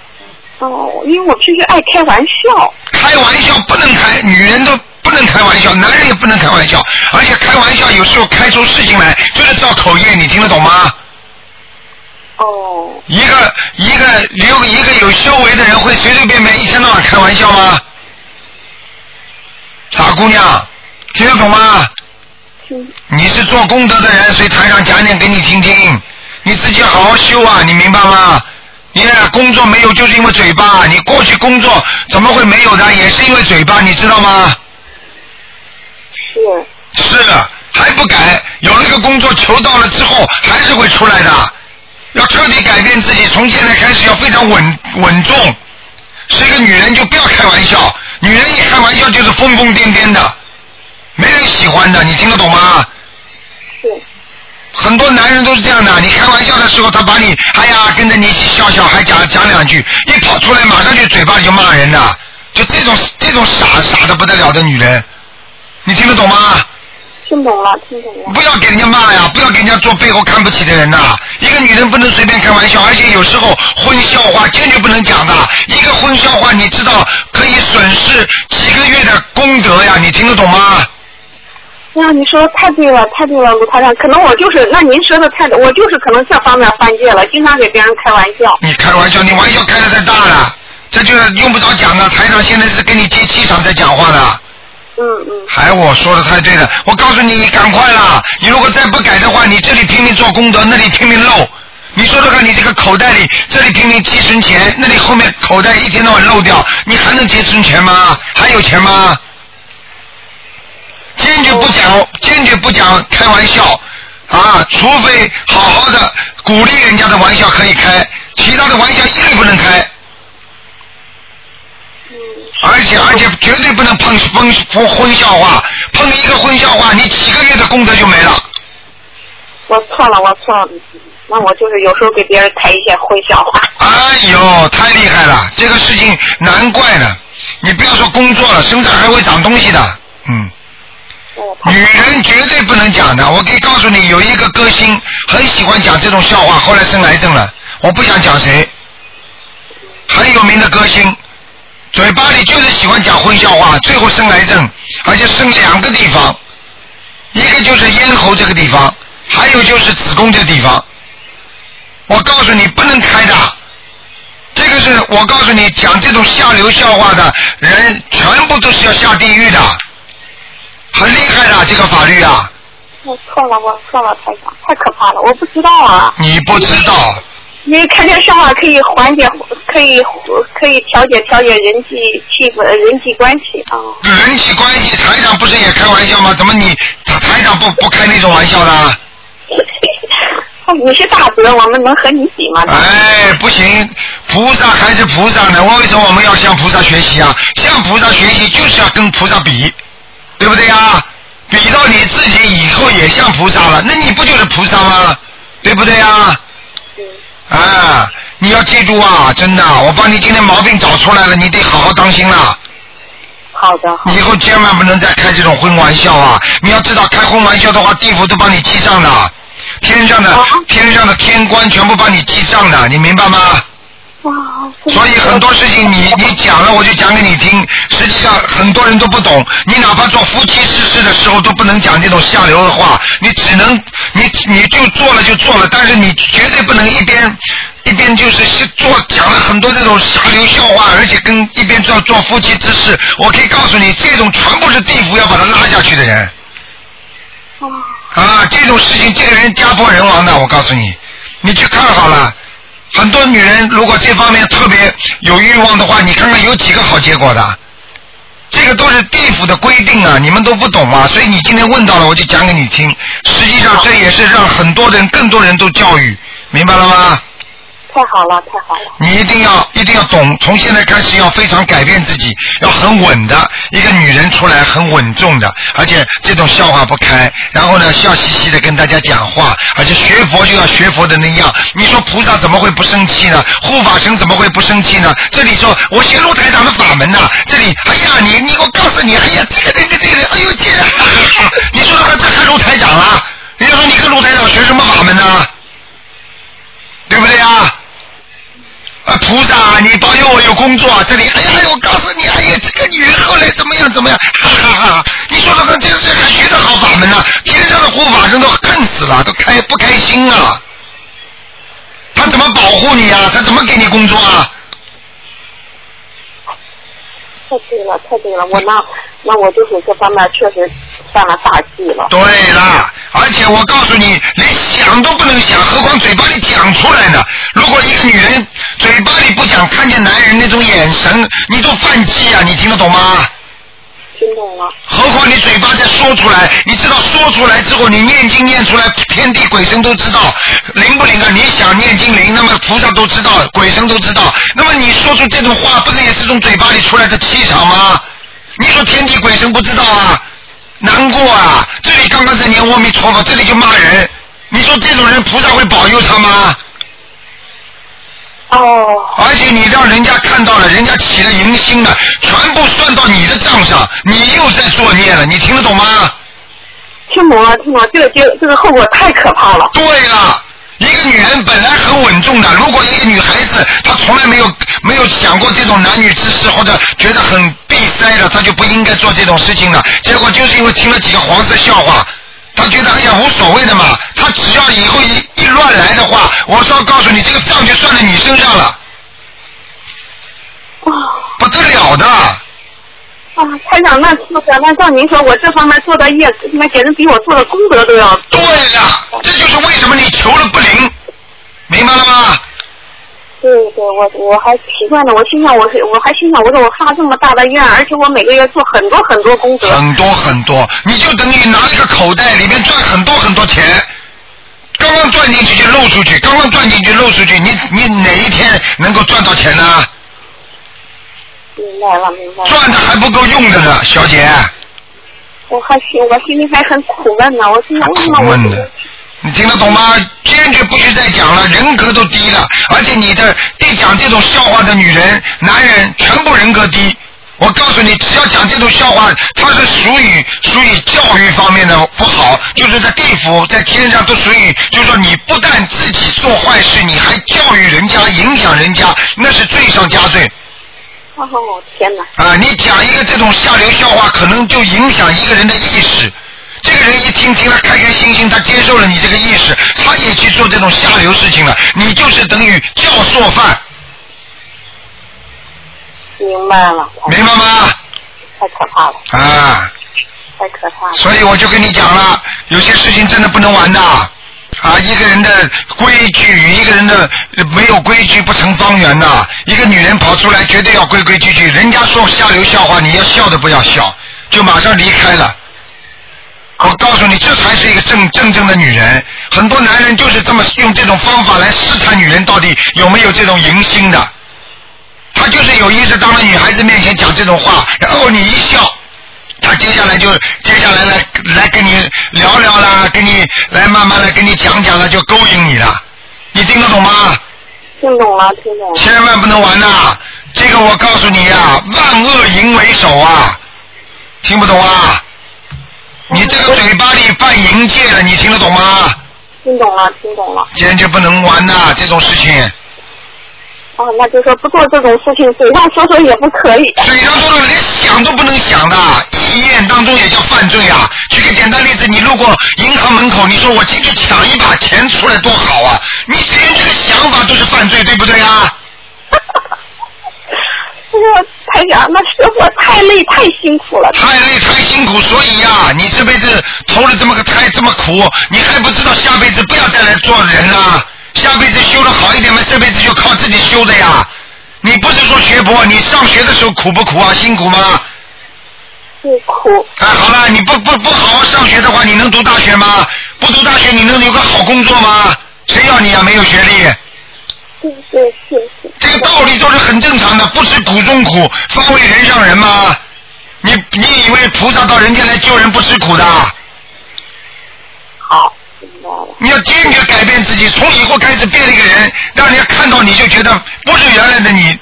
C: 哦，因为我平时爱开玩笑。
A: 开玩笑不能开，女人都不能开玩笑，男人也不能开玩笑，而且开玩笑有时候开出事情来就是造口业，你听得懂吗？
C: 哦，
A: 一个一个有一个有修为的人会随随便便一天到晚开玩笑吗？傻姑娘，听得懂吗？
C: 听
A: 你是做功德的人，所以台上讲点给你听听。你自己好好修啊，你明白吗？你工作没有，就是因为嘴巴。你过去工作怎么会没有的？也是因为嘴巴，你知道吗？
C: 是
A: 是，还不改，有了个工作求到了之后，还是会出来的。要彻底改变自己，从现在开始要非常稳稳重。是一个女人就不要开玩笑，女人一开玩笑就是疯疯癫癫的，没人喜欢的，你听得懂吗？
C: 是
A: 很多男人都是这样的，你开玩笑的时候，他把你，哎呀，跟着你一起笑笑，还讲讲两句，一跑出来马上就嘴巴里就骂人的，就这种这种傻傻的不得了的女人，你听得懂吗？
C: 听懂了，听懂了。
A: 不要给人家骂呀，不要给人家做背后看不起的人呐、一个女人不能随便开玩笑，而且有时候荤笑话坚决不能讲的。一个荤笑话，你知道可以损失几个月的功德呀，你听得懂吗？
C: 哎呀，你说的太对了，太对了，卢台长，可能我就是，那您说的太对，我就是可能这方面犯戒了，经常给别人开玩笑。
A: 你开玩笑，你玩笑开的太大了，这就是用不着讲的。台长现在是跟你接气场在讲话的。
C: 嗯嗯，
A: 还我说的太对了，我告诉你，你赶快啦！你如果再不改的话，你这里拼命做功德，那里拼命漏。你说说看，你这个口袋里，这里拼命积存钱，那里后面口袋一天到晚漏掉，你还能节存钱吗？还有钱吗？坚决不
C: 哦
A: 讲，坚决不讲开玩笑啊！除非好好的鼓励人家的玩笑可以开，其他的玩笑一律不能开。而且而且绝对不能碰风风荤笑话，碰一个荤笑话，你几个月的功德就没了。
C: 我错了，我错了，那我就是有时候给别人开一些荤笑话。
A: 哎呦，太厉害了！这个事情难怪呢。你不要说工作了，身上还会长东西的。嗯，
C: 哦，他
A: 女人绝对不能讲的。我可以告诉你，有一个歌星很喜欢讲这种笑话，后来生癌症了。我不想讲谁，很有名的歌星，嘴巴里就是喜欢讲荤笑话，最后生癌症，而且生两个地方，一个就是咽喉这个地方，还有就是子宫这个地方。我告诉你，不能开的。这个是我告诉你，讲这种下流笑话的人，全部都是要下地狱的，很厉害的这个法律啊，
C: 我错了，我错了，台长，太可怕了，我不知道啊。
A: 你不知道。
C: 因为看这笑话可以缓解，可以可以调节调节人际气氛、人际关系啊。
A: 人际关系，台长不是也开玩笑吗？怎么你台台长不不开那种玩笑的？啊
C: 哦你是大德，我们能和你比吗？
A: 哎，不行，菩萨还是菩萨呢。为什么我们要向菩萨学习啊？向菩萨学习就是要跟菩萨比，对不对呀？比到你自己以后也像菩萨了，那你不就是菩萨吗？对不对呀？啊，你要记住啊，真的，我帮你今天毛病找出来了，你得好好当心了。
C: 好的，好
A: 你以后千万不能再开这种荤玩笑啊！你要知道，开荤玩笑的话，地府都帮你记账的，天上的、
C: 啊
A: 天上的天官全部帮你记账的，你明白吗？
C: 哇，真的
A: 所以很多事 情你你讲了我就讲给你听，实际上很多人都不懂。你哪怕做夫妻之事的时候都不能讲这种下流的话，你只能你你就做了就做了，但是你绝对不能一边一边就是做讲了很多这种下流笑话，而且跟一边做做夫妻之事。我可以告诉你，这种全部是地府要把他拉下去的人
C: 哇
A: 啊！这种事情，这个人家破人亡的，我告诉你，你去看好了。很多女人如果这方面特别有欲望的话，你看看有几个好结果的。这个都是地府的规定啊，你们都不懂啊，所以你今天问到了，我就讲给你听。实际上这也是让很多人、更多人都教育，明白了吗？
C: 太好了，太好了。
A: 你一定要一定要懂，从现在开始要非常改变自己，要很稳的一个女人出来，很稳重的，而且这种笑话不开，然后呢笑嘻嘻的跟大家讲话，而且学佛就要学佛的那样。你说菩萨怎么会不生气呢？护法神怎么会不生气呢？这里说我学陆台长的法门呐、这里哎呀你你给我告诉你，哎呀这个这个这个人，哎呦这个， 哈哈哈你说这这还陆台长了？你说你跟陆台长学什么法门呢？对不对啊？啊，菩萨，你保佑我有工作。这里，哎呀，哎呀我告诉你，哎呀，这个女人后来怎么样怎么样，哈哈哈你说这个这这还学得好法门呢、天上的护法神都恨死了，都开不开心啊？他怎么保护你啊？他怎么给你工作啊？
C: 太对了，太对了，我那那我就是这方面确实犯了大忌了。
A: 对啦，而且我告诉你，连想都不能想，何况嘴巴里讲出来呢？如果一个女人嘴巴里不讲，看见男人那种眼神，你都犯忌啊！你听得懂吗？
C: 听懂了，
A: 何况你嘴巴再说出来，你知道说出来之后，你念经念出来，天地鬼神都知道灵不灵啊？你想念经灵，那么菩萨都知道，鬼神都知道。那么你说出这种话，不是也是从嘴巴里出来的气场吗？你说天地鬼神不知道啊？难过啊！这里刚刚在念阿弥陀佛，这里就骂人。你说这种人，菩萨会保佑他吗？
C: 哦，
A: 而且你让人家看到了，人家起了迎心了，全部算到你的账上，你又在作孽了，你听得懂吗？
C: 听懂了，听懂了，这个结这个后果太可怕了。
A: 对了，一个女人本来很稳重的，如果一个女孩子她从来没有没有想过这种男女之事，或者觉得很闭塞的，她就不应该做这种事情的。结果就是因为听了几个黄色笑话，她觉得哎呀无所谓的嘛，她只要以后一一乱来的话，我是要告诉你，这个账就算在你身上了，
C: 啊
A: 不得了的。
C: 啊，台长，那就是那照您说，我这方面做的业，那简直比我做的功德都要。
A: 对了，这就是为什么你求了不灵，明白了吗？
C: 对对，我我还习惯了，我心想我是我还心想我说我发这么大的愿，而且我每个月做很多很多功德。
A: 很多很多，你就等于拿一个口袋里面赚很多很多钱，刚刚赚进去就漏出去，刚刚赚进去漏出去，你你哪一天能够赚到钱呢？
C: 明白了，明白了。
A: 赚的还不够用的呢，小姐，
C: 我还心我心里还很苦闷呢，我心想为什么
A: 苦
C: 我
A: 闷的。你听得懂吗？坚决不许再讲了，人格都低了，而且你的一讲这种笑话的女人、男人，全部人格低。我告诉你，只要讲这种笑话，它是属于属于教育方面的不好，就是在地府、在天上都属于，就是说你不但自己做坏事，你还教育人家、影响人家，那是罪上加罪。
C: 哦天哪！
A: 啊，你讲一个这种下流笑话，可能就影响一个人的意识。这个人一听听他开开心心，他接受了你这个意识，他也去做这种下流事情了。你就是等于教唆犯，
C: 明白了，
A: 明白吗？
C: 太可怕了，
A: 啊，
C: 太可怕了。
A: 所以我就跟你讲了，有些事情真的不能玩的。啊，一个人的规矩与一个人的呃没有规矩不成方圆呐、一个女人跑出来，绝对要规规矩矩。人家说下流笑话，你要笑都不要笑，就马上离开了。
C: 哦
A: 我告诉你，这才是一个正真正的女人。很多男人就是这么用这种方法来试探女人到底有没有这种迎心的。他就是有意识当着女孩子面前讲这种话，然后你一笑，他接下来就接下来来来跟你聊聊啦，跟你来慢慢来跟你讲讲了，就勾引你了。你听得懂吗？
C: 听懂了，听懂了。
A: 千万不能玩呐、这个我告诉你呀、万恶淫为首啊！听不懂啊？你这个嘴巴里犯淫戒了，你听得懂吗？
C: 听懂了，听懂了。
A: 坚决不能玩呐、这种事情。
C: 啊，那就说不做这种事情，嘴上说说也不可以。
A: 嘴上说的连想都不能想的，意念当中也叫犯罪啊！举个简单例子，你路过银行门口，你说我进去抢一把钱出来多好啊！你只连这个想法都是犯罪，对不对啊？
C: 哎呀，台长，那生活太累太辛苦了。
A: 太累太辛苦，所以呀、你这辈子投了这么个胎这么苦，你还不知道下辈子不要再来做人啦、下辈子修的好一点嘛，这辈子就靠自己修的呀。你不是说学佛，你上学的时候苦不苦啊？辛苦吗？
C: 不苦，
A: 哎，好了，你不不不好好上学的话，你能读大学吗？不读大学，你能有个好工作吗？谁要你啊？没有学历，
C: 谢谢谢谢。
A: 这个道理都是很正常的，不吃苦中苦，方为人上人嘛。你你以为菩萨到人间来救人不吃苦的？
C: 好，明白了。
A: 你要坚决改变自己，从以后开始变一个人，让人家看到你就觉得不是原来的你，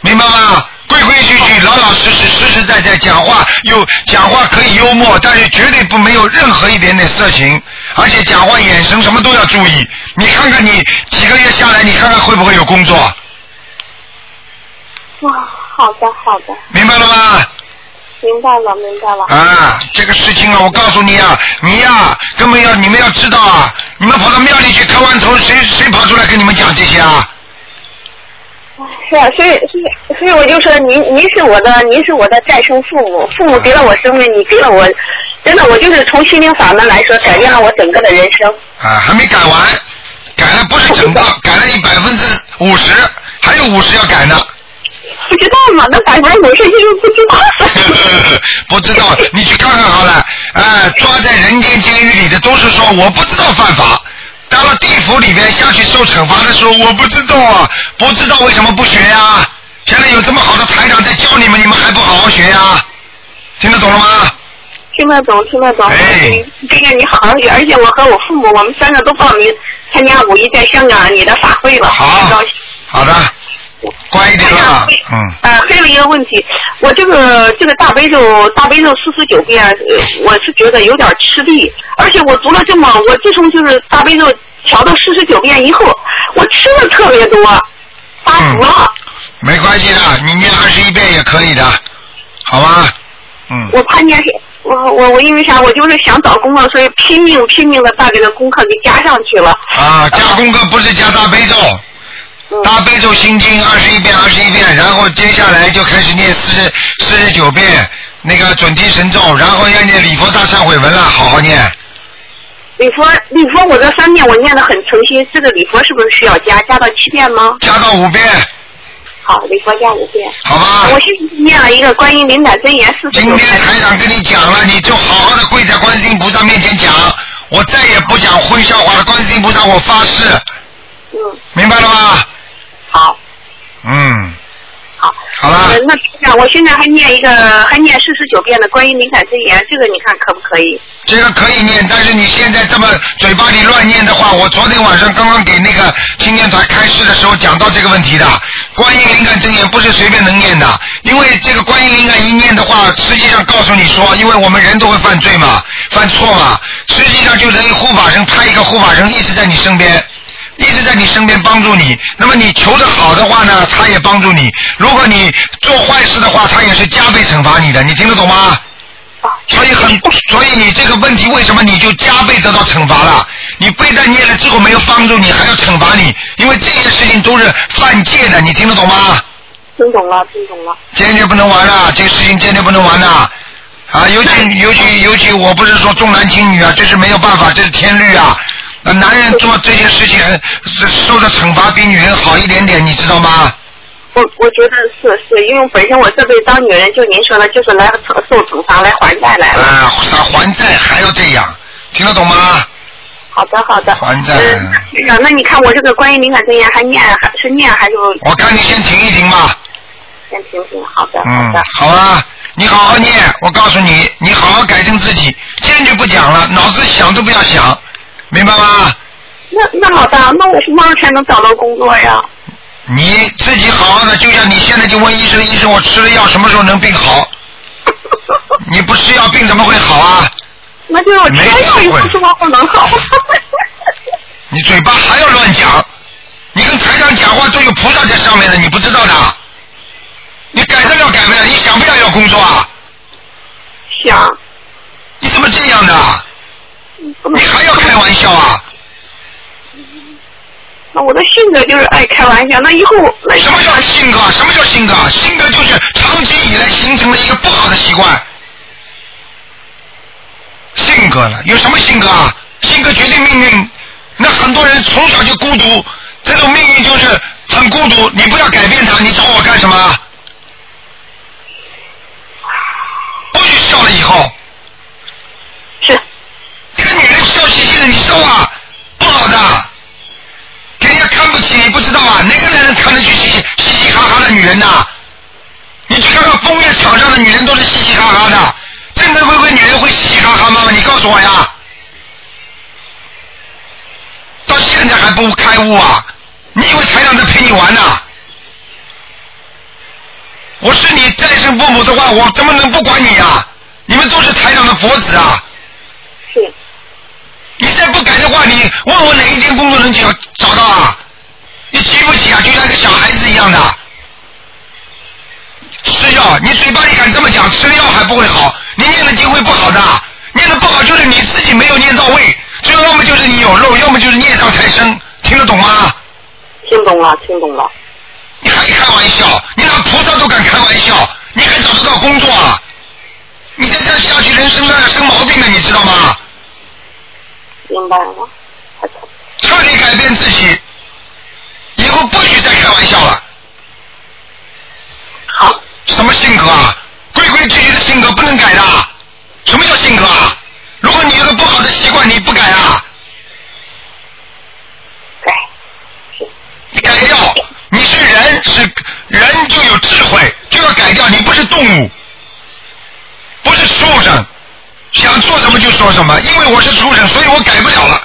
A: 明白吗？规规矩矩，老老实实，实实在在讲话，有讲话可以幽默，但是绝对不没有任何一点点色情，而且讲话眼神什么都要注意。你看看你几个月下来，你看看会不会有工作，
C: 哇，好的好的，
A: 明白了吗？
C: 明白了明白了。
A: 啊，这个事情啊，我告诉你啊，你呀、根本要你们要知道啊，你们跑到庙里去磕完头，谁谁跑出来跟你们讲这些啊？
C: 是啊，所以所以所以我就说您您是我的您是我的再生父母，父母给了我生命，你给了我，真的我就是从心灵法门来说，改变了我整个的人生。
A: 啊，还没改完，改了不是整个，改了你百分之五十，还有五十要改呢。
C: 不知道嘛？那百分之五十就是不知道。
A: 不知道，你去看看好了。呃，抓在人间监狱里的都是说我不知道犯法，到了地府里边下去受惩罚的时候，我不知道啊，不知道为什么不学呀、现在有这么好的台长在教你们，你们还不好好学呀、听得懂了吗？
C: 听得懂，听得懂。
A: 哎
C: 这个你好好学，而且我和我父母，我们三个都报名参加五一在香港你的法会了。很
A: 好
C: 高兴，
A: 好的，乖一点啊，嗯，
C: 呃，还有一个问题，我这个这个大悲咒大悲咒四十九遍，呃我是觉得有点吃力，而且我读了这么，我自从就是大悲咒调到四十九遍以后，我吃的特别多，发福了，
A: 没关系的，你念二十一遍也可以的，好吗？嗯，
C: 我怕念是。我我我因为啥？我就是想找工作，所以拼命拼命的把这个功课给加上去了。
A: 啊，加功课不是加大悲咒，
C: 嗯
A: 大悲咒心经二十一遍，二十一遍，然后接下来就开始念四十四十九遍那个准提神咒，然后要念礼佛大忏悔文了，好好念。
C: 礼佛礼佛，我这三遍我念的很诚心，这个礼佛是不是需要加加到七遍吗？
A: 加到五遍，
C: 好，礼佛加五遍。
A: 好吧？
C: 我现在念了一个关于灵感真言四十
A: 今
C: 九
A: 天
C: 遍。
A: 台长跟你讲了，你就好好的跪在观世音菩萨面前讲，我再也不讲荤笑话了。观世音菩萨，我发誓，
C: 嗯，
A: 明白了吗？
C: 好，
A: 嗯，
C: 好。
A: 好了
C: 呃，那台长，我现在还念一个，还念四十九遍的关于灵感真言，这个你看可不可以？
A: 这个可以念，但是你现在这么嘴巴里乱念的话，我昨天晚上刚刚给那个青年团开示的时候讲到这个问题的。观音灵感真言不是随便能念的，因为这个观音灵感一念的话，实际上告诉你说，因为我们人都会犯罪嘛，犯错嘛，实际上就等于护法神派一个护法神一直在你身边。一直在你身边帮助你，那么你求的好的话呢，他也帮助你；如果你做坏事的话，他也是加倍惩罚你的。你听得懂吗？所以很，所以你这个问题为什么你就加倍得到惩罚了？你非但念了之后没有帮助你，还要惩罚你，因为这些事情都是犯戒的，你听得懂吗？
C: 听懂了，听懂了。
A: 坚决不能玩啊了，这个事情坚决不能玩的。啊，尤其尤其尤其，我不是说重男轻女啊，这是没有办法，这是天律啊。那男人做这些事情，是受的惩罚比女人好一点点，你知道吗？
C: 我我觉得是是，因为本身我这辈子当女人，就您说的，就是来受受惩罚来还债来了。
A: 啊，啥还债还要这样，听得懂吗？
C: 好的好的。
A: 还债
C: 嗯，台长，那你看我这个关于灵感真言还念还是念还是
A: 我看你先停一停吧。
C: 先停停？好的好
A: 嗯
C: 的。，
A: 好啊，你好好念，我告诉你，你好好改正自己，坚决不讲了，脑子想都不要想，明白吗？
C: 那那老大，那我什么时候才能找到工作呀？
A: 你自己好好的，就像你现在就问医生，医生我吃了药什么时候能 病好？你不吃药病怎么会好啊？
C: 那就是我吃了药以后，是不是不能好？
A: 你嘴巴还要乱讲，你跟台上讲话都有菩萨在上面的，你不知道的。你改得了改不了，你想不想要工作啊？
C: 想，
A: 你怎么这样的？啊
C: 不能
A: 你还要开玩笑啊？
C: 那我的性格就是爱开玩笑。那以后，那
A: 什么叫性格？啊什么叫性格？性格就是长期以来形成的一个不好的习惯。性格了，有什么性格啊？性格决定命运。那很多人从小就孤独，这种命运就是很孤独。你不要改变他，你找我干什么？啊不许笑了以后，
C: 是
A: 一个女人笑嘻嘻的，你笑啊，不好的。给人家看不起，你不知道啊，哪个男人看得去嘻嘻嘻嘻哈哈的女人呐、你去看看风月场上的女人都是嘻嘻哈哈的，正正规规女人会嘻嘻哈哈吗？你告诉我呀！到现在还不开悟啊？你以为台长在陪你玩呢、啊我是你再生父母的话，我怎么能不管你啊？你们都是台长的佛子啊！
C: 是
A: 你再不改的话，你问我哪一天工作能找找到啊？你急不急啊？就像个小孩子一样的吃药，你嘴巴里敢这么讲，吃了药还不会好，你念了经会不好的，念的不好就是你自己没有念到位，最后要么就是你有漏，要么就是孽障太深，听得懂吗？
C: 听懂了，听懂了。
A: 你还开玩笑？你拿菩萨都敢开玩笑，你还找得到工作啊？你再这样下去，人身上要生毛病的，你知道吗？
C: 明白了，好的，
A: 彻底改变自己，以后不许再开玩笑了。
C: 好，
A: 什么性格啊？规规矩矩的性格不能改的。什么叫性格啊？如果你有个不好的习惯，你不改啊，
C: 改，
A: 你改掉。你是人，是人就有智慧，就要改掉。你不是动物，不是畜生，想做什么就说什么。因为我是畜生，所以我改不了了。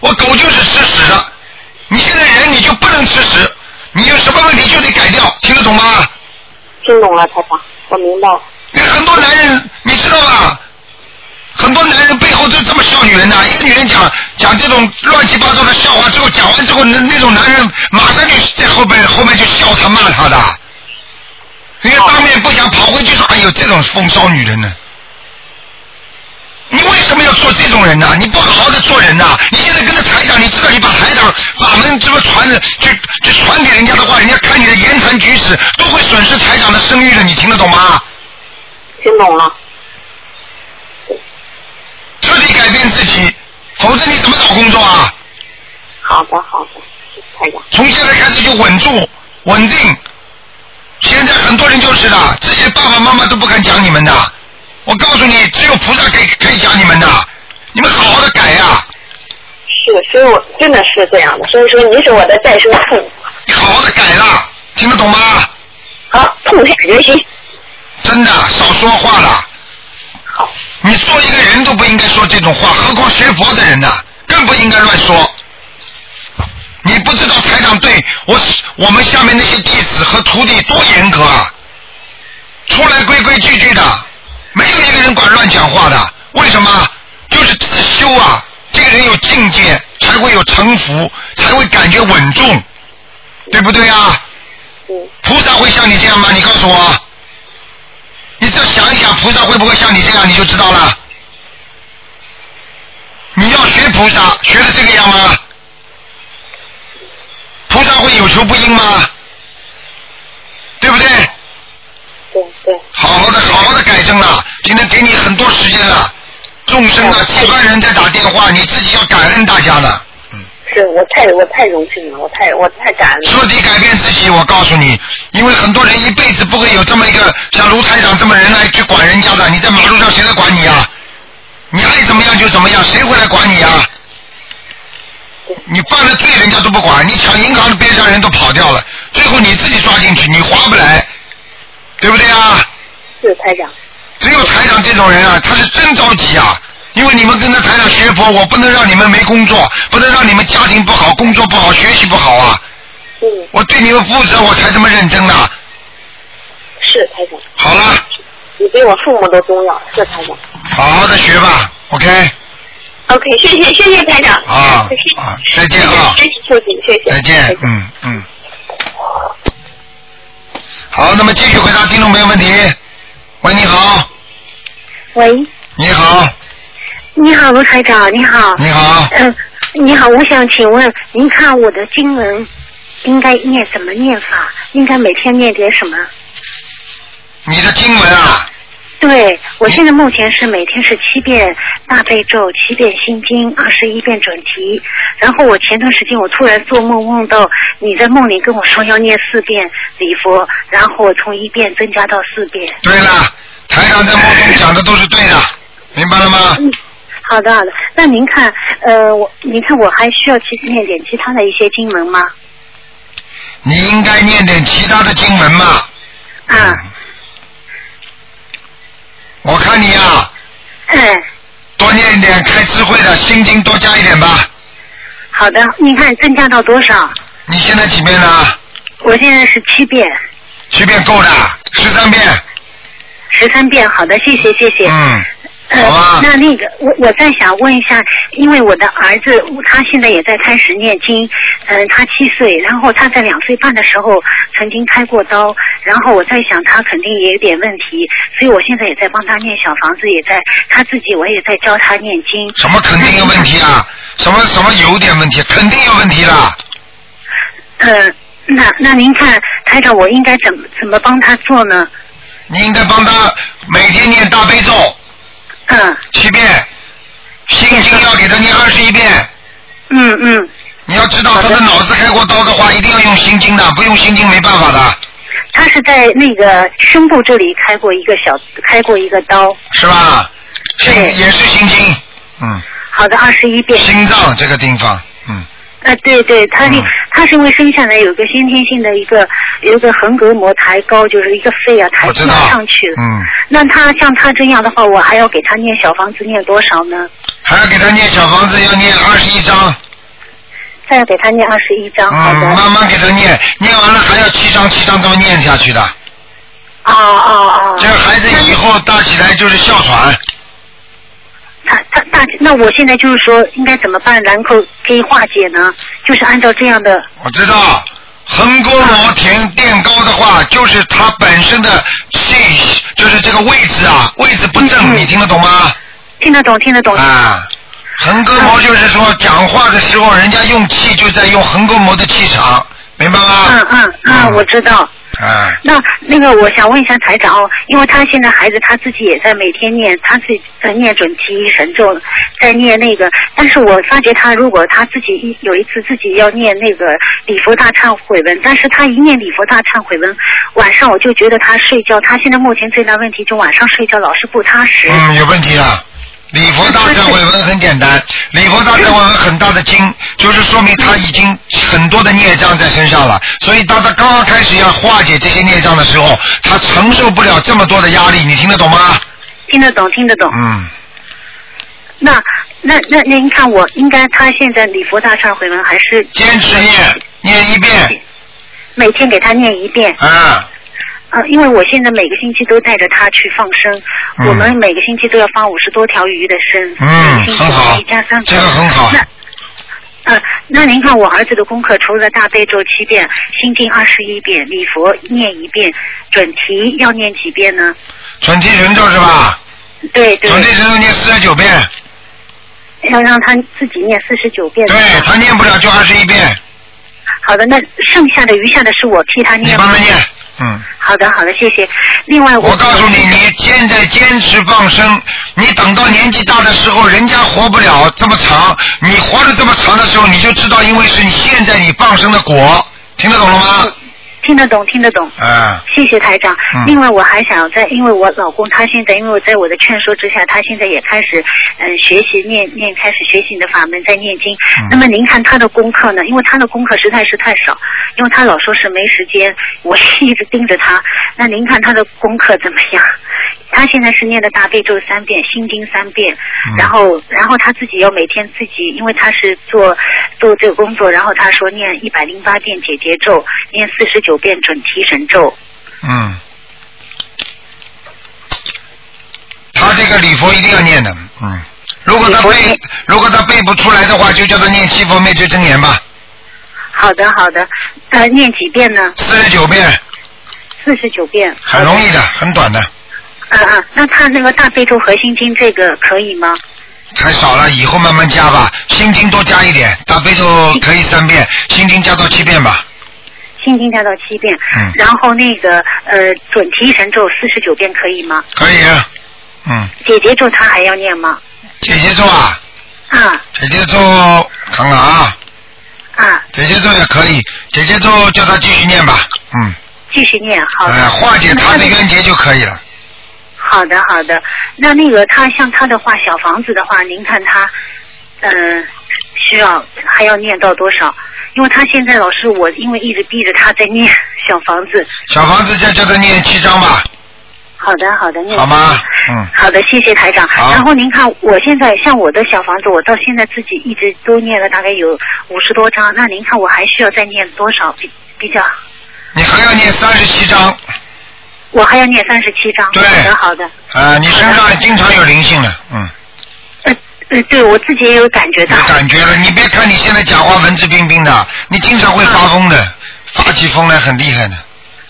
A: 我狗就是吃屎的。你现在人你就不能吃屎，你有什么问题就得改掉，听得懂吗？
C: 听懂了，台长，我明白了。
A: 很多男人，你知道吧？很多男人背后都这么笑女人的、一个女人讲讲这种乱七八糟的笑话之后，讲完之后，那那种男人马上就在后边后面就笑他骂他的，人家当面不想跑回去说：“哎呦，这种风骚女人呢，你为什么要做这种人呢、你不好好的做人呐、你现在跟着台长，你知道你把台长法门这么传的，去去传给人家的话，人家看你的言谈举止都会损失台长的声誉的，你听得懂吗？
C: 听懂了，
A: 彻底改变自己，否则你怎么找工作啊？
C: 好的，好的，谢谢台长，
A: 从现在开始就稳住、稳定。现在很多人就是的，自己的爸爸妈妈都不敢讲你们的。我告诉你，只有菩萨可以可以讲你们的，你们好好的改呀、
C: 是，所以我真的是这样的，所以说您是我的再生父母，
A: 你好好的改了，听得懂吗？
C: 好，痛下决心，
A: 真的，少说话了。
C: 好，
A: 你做一个人都不应该说这种话，何况学佛的人呢、更不应该乱说。你不知道台长对我我们下面那些弟子和徒弟多严格啊！出来规规矩矩的，没有一个人管乱讲话的。为什么？就是自修啊，这个人有境界，才会有城府，才会感觉稳重，对不对啊？
C: 嗯，
A: 菩萨会像你这样吗？你告诉我。你只要想一想，菩萨会不会像你这样，你就知道了。你要学菩萨，学的这个样吗？菩萨会有求不应吗？对不对？
C: 对对，
A: 好好的，好好的改正了。今天给你很多时间了，众生啊，几万人在打电话，你自己要感恩大家的，
C: 是我太我太荣幸了，我太我太感恩了，
A: 彻底改变自己。我告诉你，因为很多人一辈子不会有这么一个像卢台长这么人来去管人家的。你在马路上谁来管你啊？你爱怎么样就怎么样，谁会来管你啊？你犯了罪，人家都不管；你抢银行，边上人都跑掉了，最后你自己抓进去，你划不来，对不对啊？
C: 是台长，
A: 只有台长这种人啊，他是真着急啊！因为你们跟着台长学佛，我不能让你们没工作，不能让你们家庭不好、工作不好、学习不好啊！
C: 嗯，
A: 我对你们负责，我才这么认真的。
C: 是台长，
A: 好了，
C: 你比我父母都重要，是台长。
A: 好好的学吧，OK？
C: OK，谢谢谢谢台长
A: 啊
C: 谢谢
A: 啊再见啊
C: 谢谢谢谢谢谢，
A: 再见，嗯嗯。好，那么继续回答听众朋友问题。喂，你好，
F: 喂，
A: 你好，
F: 你好，卢台长，你好。
A: 你好，
F: 嗯、你好，我想请问，您看我的经文应该念怎么念法？应该每天念点什么？
A: 你的经文啊，
F: 对我现在目前是每天是七遍大悲咒，七遍心经，二十一遍准提。然后我前段时间我突然做梦梦到你在梦里跟我说要念四遍礼佛，然后我从一遍增加到四遍。
A: 对了，台长在梦中讲的都是对的，明白了吗？
F: 嗯好的好的，那您看，呃，我您看我还需要其念点其他的一些经文吗？
A: 你应该念点其他的经文嘛。嗯
F: 啊，
A: 我看你呀、啊
F: 嗯，
A: 多念一点开智慧的心经，多加一点吧。
F: 好的，你看增加到多少？
A: 你现在几遍呢？
F: 我现在是七遍，
A: 七遍够的，十三遍。
F: 十三遍，好的，谢谢谢谢。
A: 嗯，好
F: 呃，
A: 吧
F: 那那个，我我再想问一下，因为我的儿子他现在也在开始念经，嗯、他七岁，然后他在两岁半的时候曾经开过刀，然后我在想他肯定也有点问题，所以我现在也在帮他念小房子，也在他自己我也在教他念经。
A: 什么肯定有问题啊？什么什么有点问题？肯定有问题的。
F: 呃，那那您看，台长，我应该怎么怎么帮他做呢？
A: 你应该帮他每天念大悲咒
F: 嗯
A: 七遍，心经要给他念二十一遍。
F: 嗯嗯，
A: 你要知道他的脑子开过刀的话，一定要用心经的，不用心经没办法的，
F: 他是在那个胸部这里开过一个小开过一个刀。
A: 是吧？心
F: 对
A: 也是心经，嗯，
F: 好的，二十一遍。
A: 心脏这个地方，嗯，
F: 呃，对对，他那、
A: 嗯
F: 他是因为生下来有一个先天性的一个有一个横膈膜抬高，就是一个肺啊抬
A: 我
F: 不
A: 知道
F: 上去。，
A: 嗯，
F: 那他像他这样的话，我还要给他念小房子念多少呢？
A: 还要给他念小房子，要念二十一章，
F: 再要给他念二十一章，好
A: 嗯
F: 的。，
A: 慢慢给他念，念完了还要七章七章这么念下去的，
F: 啊啊啊！
A: 这个孩子以后大起来就是哮喘，
F: 他他大，那我现在就是说应该怎么办，然后可以化解呢？就是按照这样的，
A: 我知道，横膈膜填垫高的话，就是它本身的气，就是这个位置啊，位置不正，
F: 嗯
A: 你听得懂吗？
F: 听得懂，听得懂。
A: 啊，横膈膜就是说讲话的时候，人家用气就在用横膈膜的气场，明白
F: 嗯
A: 吗？
F: 嗯嗯，我知道。
A: 啊，
F: 那那个，我想问一下台长哦，因为他现在孩子他自己也在每天念，他自己在念准提神咒，在念那个，但是我发觉他如果他自己一有一次自己要念那个礼佛大忏悔文，但是他一念礼佛大忏悔文，晚上我就觉得他睡觉，他现在目前最大问题就晚上睡觉老是不踏实。
A: 嗯，有问题了。礼佛大忏悔文很简单，礼佛大忏悔文很大的经，就是说明他已经很多的孽障在身上了，所以当他刚刚开始要化解这些孽障的时候，他承受不了这么多的压力，你听得懂吗？
F: 听得懂，听得懂。
A: 嗯，
F: 那那那那您看我应该他现在礼佛大忏悔文还是呃
A: 坚持念，念一遍，
F: 每天给他念一遍。
A: 啊，
F: 呃，因为我现在每个星期都带着他去放生，
A: 嗯
F: 我们每个星期都要放五十多条鱼的生，
A: 嗯
F: 每个星期
A: 很好
F: 一家三口，
A: 这个很好
F: 那呃，那您看我儿子的功课，除了大悲咒七遍、心经二十一遍、礼佛念一遍，准提要念几遍呢？
A: 准提神咒是吧？
F: 对对，
A: 准提神咒念四十九遍，
F: 要让他自己念四十九遍。
A: 对他念不了就二十一遍，
F: 好的，那剩下的余下的是我替他
A: 你
F: 念吗
A: 帮他念。嗯，
F: 好的，好的，谢谢。另外
A: 我告诉你，你现在坚持放生，你等到年纪大的时候，人家活不了这么长，你活了这么长的时候，你就知道，因为是你现在你放生的果，听得懂了吗？
F: 听得懂，听得懂。
A: 嗯，
F: 谢谢台长。
A: 嗯
F: 另外，我还想在，因为我老公他现在，因为我在我的劝说之下，他现在也开始嗯学习念念，开始学习你的法门，在念经。那么您看他的功课呢？因为他的功课实在是太少，因为他老说是没时间，我一直盯着他。那您看他的功课怎么样？他现在是念的大悲咒三遍，心经三遍，然后然后他自己要每天自己，因为他是做做这个工作，然后他说念一百零八遍解结咒，念四十九遍准提神咒。
A: 嗯，他这个礼佛一定要念的，嗯，如果他背，如果他背不出来的话，就叫他念七佛灭罪真言吧，
F: 好的，好的，呃，念几遍呢？
A: 四十九遍，
F: 四十九遍。
A: 很容易的，很短的，
F: 嗯嗯，那他那个大悲咒和心经这个可以吗？
A: 太少了，以后慢慢加吧。心经多加一点，大悲咒可以三遍，心经加到七遍吧。
F: 心经加到七遍，
A: 嗯
F: 然后那个呃准提神咒四十九遍可以吗？
A: 可以啊，嗯，
F: 解结咒他还要念吗？
A: 姐姐咒啊，
F: 啊
A: 姐姐咒看看啊，
F: 啊，
A: 姐姐咒也可以，姐姐咒叫他继续念吧，嗯，
F: 继续念，好的。
A: 哎，化解他的冤结就可以了。
F: 好的好的，那那个他像他的话，小房子的话，您看他，呃，需要还要念到多少？因为他现在老是我，因为一直逼着他在念小房子。
A: 小房子就叫他念七章吧，
F: 好的，好的，念
A: 好吗？嗯，
F: 好的，谢谢台长。
A: 好
F: 然后您看，我现在像我的小房子，我到现在自己一直都念了大概有五十多张，那您看我还需要再念多少比比较？
A: 你还要念三十七章，
F: 我还要念三十七张。
A: 对
F: 好的，好的。
A: 啊，你身上经常有灵性的，嗯，
F: 呃呃，对我自己也有感觉到
A: 有。感觉了。你别看你现在讲话文质彬彬的，你经常会
F: 啊
A: 发疯的，发起疯来很厉害的。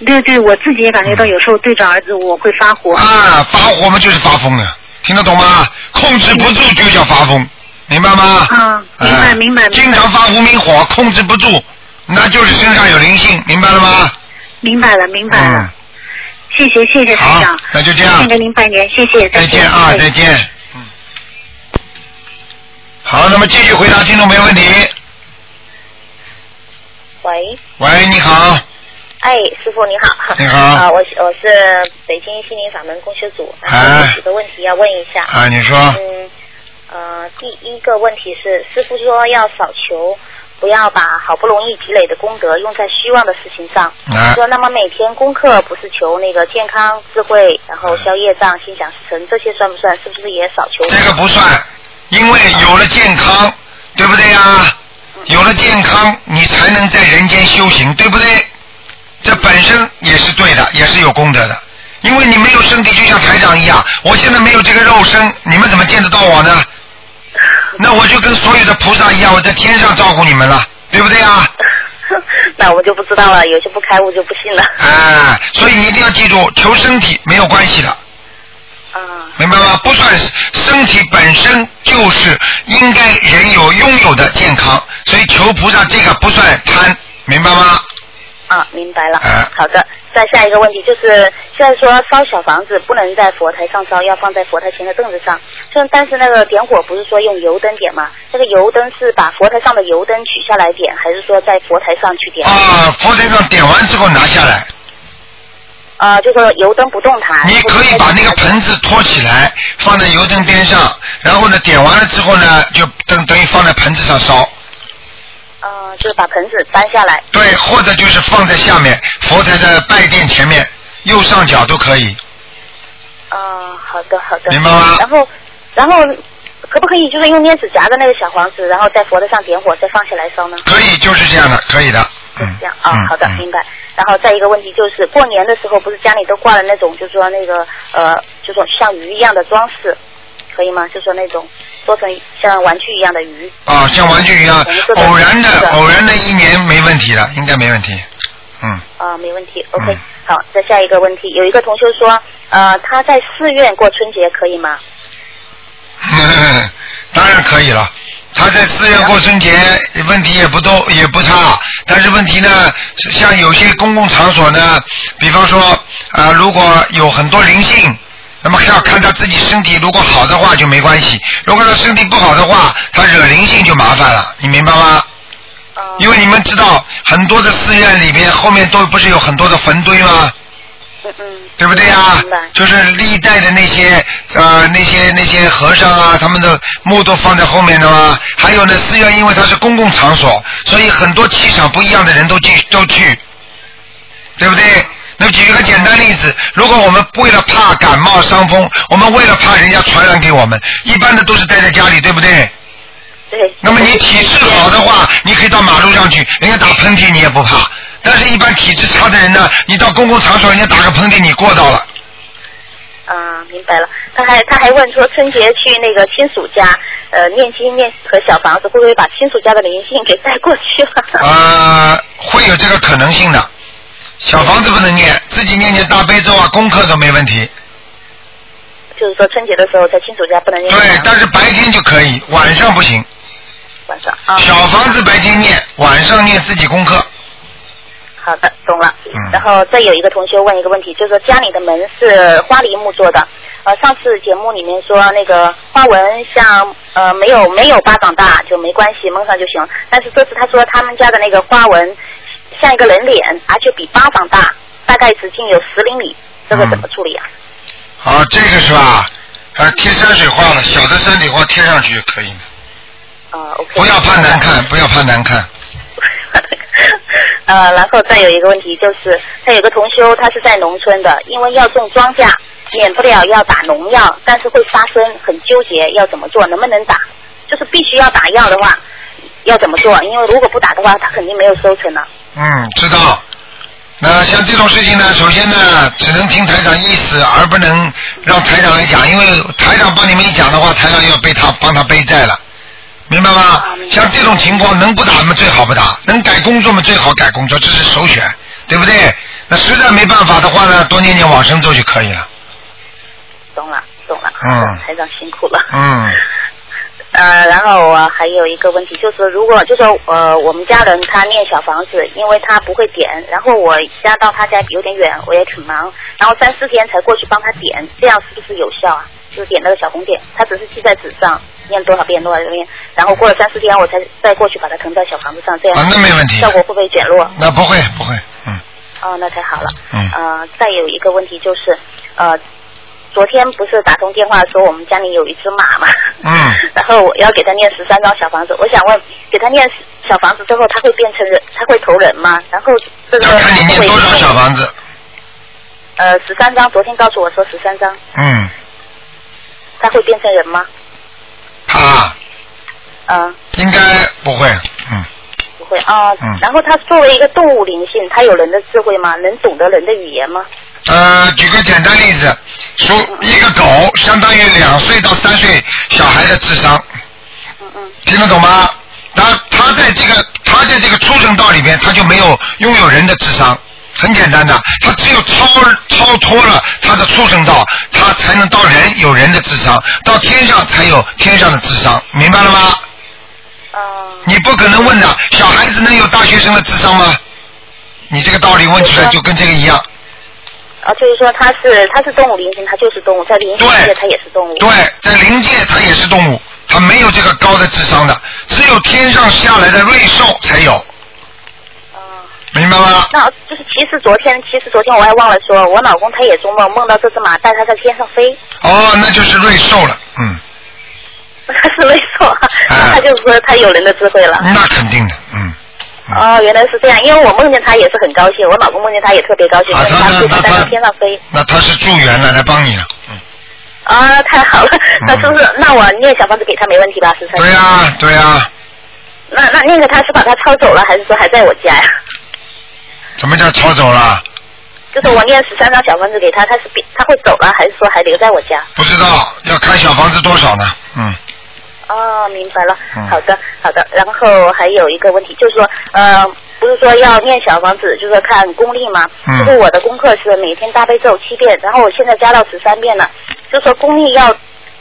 F: 对对，我自己也感觉到，有时候对着儿子我会发火。
A: 啊，发火嘛就是发疯的，听得懂吗？控制不住就叫发疯，明白吗？
F: 嗯明白
A: 哎
F: 明白明白
A: 经常发无名火，控制不住，那就是身上有灵性，明白了吗？
F: 明白了，明白了。
A: 嗯，
F: 谢谢谢谢台
A: 好
F: 长，，
A: 那就这
F: 先
A: 样，
F: 给您拜年，谢谢，
A: 再见啊，再见。嗯，好，那么继续回答听众没问题。
G: 喂，
A: 喂，你好，
G: 哎，师傅你好。
A: 你 好
G: 啊、我是我是北京心灵法门共修组，然后有几个问题要问一下。
A: 哎啊，你说，
G: 嗯，呃，第一个问题是，师傅说要少求，不要把好不容易积累的功德用在虚妄的事情上。
A: 啊
G: 说那么每天功课不是求那个健康、智慧，然后
A: 啊
G: 消业障、心想事成这些算不算？是不是也少求？
A: 这个不算，因为有了健康，对不对呀、有了健康，你才能在人间修行，对不对？这本身也是对的，也是有功德的。因为你没有身体，就像台长一样，我现在没有这个肉身，你们怎么见得到我呢？那我就跟所有的菩萨一样，我在天上照顾你们了，对不对啊？
G: 那我们就不知道了，有些不开悟就不信了。
A: 哎，所以你一定要记住，求身体没有关系的，
G: 啊、
A: 明白吗？不算是身体本身就是应该人有拥有的健康，所以求菩萨这个不算贪，明白吗？
G: 啊，明白了。
A: 啊
G: 好的，再下一个问题就是，现在说烧小房子不能在佛台上烧，要放在佛台前的凳子上。就但是那个点火不是说用油灯点吗？那个油灯是把佛台上的油灯取下来点，还是说在佛台上去点？
A: 啊，佛台上点完之后拿下来，
G: 呃，就说油灯不动弹。
A: 你可以把那个盆子托起来，放在油灯边上，然后呢点完了之后呢，就等等于放在盆子上烧，
G: 呃，就是把盆子搬下来。啊
A: 对，哎或者就是放在下面佛台的拜殿前面右上角都可以。
G: 啊，好的好的。
A: 明白吗
G: 然后，然后可不可以就是用镊子夹着那个小房子，然后在佛台上点火，再放下来烧呢？
A: 可以，就是这样的，可以的。
G: 就是
A: 嗯
G: 这样啊，
A: 嗯
G: 好的，
A: 嗯
G: 明白。然后再一个问题就是，过年的时候不是家里都挂了那种，就说那个呃，就说像鱼一样的装饰，可以吗？就说那种做成像玩具一样的鱼。
A: 啊，像玩具一样
G: 我们嗯做，的
A: 偶然
G: 是
A: 的
G: 的
A: 偶然的一年没问题的，应该没问题。嗯，
G: 啊、没问题。OK，、
A: 嗯
G: 好，再下一个问题，有一个同学说，呃，他在寺院过春节可以吗？
A: 当然可以了。他在寺院过春节，问题也不多，也不差。但是问题呢，是像有些公共场所呢，比方说啊、呃如果有很多灵性，那么要看他自己身体，如果好的话就没关系；如果他身体不好的话，他惹灵性就麻烦了，你明白吗？
G: 啊、
A: 因为你们知道，很多的寺院里面后面都不是有很多的坟堆吗？
G: 嗯嗯，
A: 对不对啊
G: 明白？
A: 就是历代的那些呃那些那些和尚啊，他们的墓都放在后面的嘛。还有呢，寺院因为它是公共场所，所以很多气场不一样的人都进都去，对不对？那举一个简单例子，如果我们为了怕感冒伤风，我们为了怕人家传染给我们，一般的都是待在家里，对不对？
G: 对。
A: 那么你体质好的话，你可以到马路上去，人家打喷嚏你也不怕。但是，一般体质差的人呢，你到公共场所，人家打个喷嚏你过到了。
G: 啊，明白了。他还他还问说，春节去那个亲属家，呃，念经念和小房子，会不会把亲属家的灵性给带过去了？
A: 呃，会有这个可能性的。小房子不能念，自己念念大悲咒啊，功课都没问题。
G: 就是说春节的时候在亲属家不能念经
A: 对，但是白天就可以，晚上不行。
G: 晚上啊。
A: 小房子白天念，晚上念自己功课。
G: 好的，懂了。
A: 嗯
G: 然后再有一个同学问一个问题，就是说家里的门是花梨木做的，呃，上次节目里面说那个花纹像呃没有没有巴掌大就没关系，蒙上就行。但是这次他说他们家的那个花纹像一个人脸，而且比巴掌大，大概直径有十厘米，这个怎么处理啊？
A: 好，嗯这个是吧？啊，贴山水画了，小的山水画贴上去就可以了。
G: 啊、o k
A: 不要怕难看，不要怕难看。
G: 呃，然后再有一个问题就是，他有个同修，他是在农村的，因为要种庄稼，免不了要打农药，但是会杀生，很纠结要怎么做，能不能打？就是必须要打药的话，要怎么做？因为如果不打的话，他肯定没有收成了。
A: 嗯，知道。那像这种事情呢，首先呢，只能听台长意思，而不能让台长来讲，因为台长帮你们一讲的话，台长又要背他帮他背债了，啊明白吗？像这种情况，能不打嘛最好不打，能改工作嘛最好改工作，这是首选，对不对？那实在没办法的话呢，多念念往生咒就可以了。
G: 懂了，懂了。
A: 嗯
G: 台长辛苦了。
A: 嗯
G: 呃，然后我还有一个问题，就是如果就是呃，我们家人他念小房子，因为他不会点，然后我家到他家有点远，我也挺忙，然后三四天才过去帮他点，这样是不是有效啊？就是点那个小红点，他只是记在纸上，念多少遍多少遍，然后过了三四天我才再过去把它腾在小房子上，这样、
A: 啊那没问题
G: 效果会不会减弱？
A: 那不会不会，嗯
G: 哦，那太好了。
A: 嗯
G: 呃，再有一个问题就是，呃，昨天不是打通电话说我们家里有一只马嘛，
A: 嗯，
G: 然后我要给他念十三张小房子，我想问，给他念小房子之后，他会变成人，他会投人吗？然后这个
A: 要看你念
G: 会
A: 多少小房子，
G: 呃，十三张，昨天告诉我说十三张，
A: 嗯，
G: 他会变成人吗？
A: 他
G: 嗯、
A: 应该不会，嗯。
G: 不会啊、
A: 嗯
G: 然后他作为一个动物灵性，他有人的智慧吗？能懂得人的语言吗？
A: 呃，举个简单例子，属一个狗相当于两岁到三岁小孩的智商，
G: 嗯嗯。
A: 听得懂吗？他他在这个他在这个畜生道里边，他就没有拥有人的智商，很简单的，他只有超超脱了他的畜生道，他才能到人有人的智商，到天上才有天上的智商，明白了吗？
G: 嗯、
A: 你不可能问的，小孩子能有大学生的智商吗？你这个道理问出来就跟这个一样，
G: 啊，就是说他是他是动物灵性，他就是动物，在灵性
A: 对
G: 界他也是动物。
A: 对，哎在灵界它也是动物，它没有这个高的智商的，只有天上下来的瑞兽才有，
G: 嗯
A: 明白吗？
G: 那就是，其实昨天，其实昨天我还忘了说，我老公他也做梦，梦到这只马带他在天上飞，
A: 哦，那就是瑞兽了，嗯，
G: 他是 没错，
A: 啊
G: 那 他就是说他有人的智慧了。
A: 那肯定的，嗯。嗯啊，
G: 哦，原来是这样，因为我梦见他也是很高兴，我老公梦见他也特别高兴，
A: 他
G: 他
A: 啊那
G: 就
A: 那
G: 带到
A: 他
G: 天上飞。
A: 那他是助缘了，来帮你了，嗯，
G: 啊，太好了， 那是不是？那我念小房子给他没问题吧？是不是？
A: 对呀、对啊呀、
G: 那那那个他是把他抄走了，还是说还在我家呀？
A: 怎么叫抄走了？
G: 就是我念十三张小房子给他，他是比他会走了，还是说还留在我家？
A: 不知道，要看小房子多少呢，嗯，
G: 哦，明白了
A: 嗯。
G: 好的，好的。然后还有一个问题，就是说，呃，不是说要念小房子，就是看功力嘛。
A: 嗯
G: 就是我的功课是每天大悲咒七遍，然后我现在加到十三遍了。就说功力要，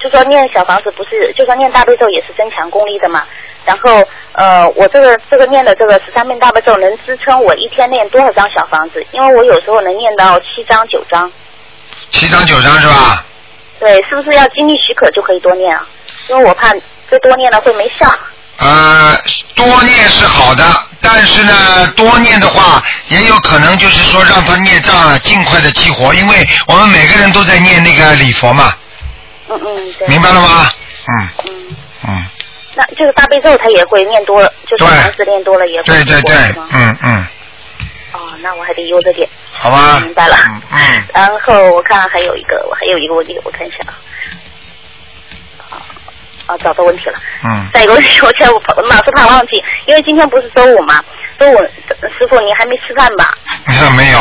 G: 就说念小房子不是，就说念大悲咒也是增强功力的嘛。然后，呃，我这个这个念的这个十三遍大悲咒能支撑我一天念多少张小房子？因为我有时候能念到七张九张。
A: 七张九张是吧？
G: 对，是不是要经历许可就可以多念啊？因为我怕这多念了会没效。
A: 呃，多念是好的，但是呢，多念的话也有可能就是说让他孽障啊尽快的激活，因为我们每个人都在念那个礼佛嘛，
G: 嗯嗯，对。
A: 明白了吗？嗯
G: 嗯，
A: 嗯，
G: 那就是大悲咒，他也会念多了，就是
A: 对
G: 凡是念多了也会
A: 对对对
G: 是吗，
A: 嗯嗯，
G: 哦，那我还得悠着点。
A: 好吧。
G: 明白了
A: 嗯嗯，
G: 然后我看还有一个，我还有一个问题，我看一下啊。啊，找到问题了。
A: 嗯
G: 再一个问题，我现在我怕我老是怕忘记，因为今天不是周五嘛，周五师傅你还没吃饭吧？
A: 没有，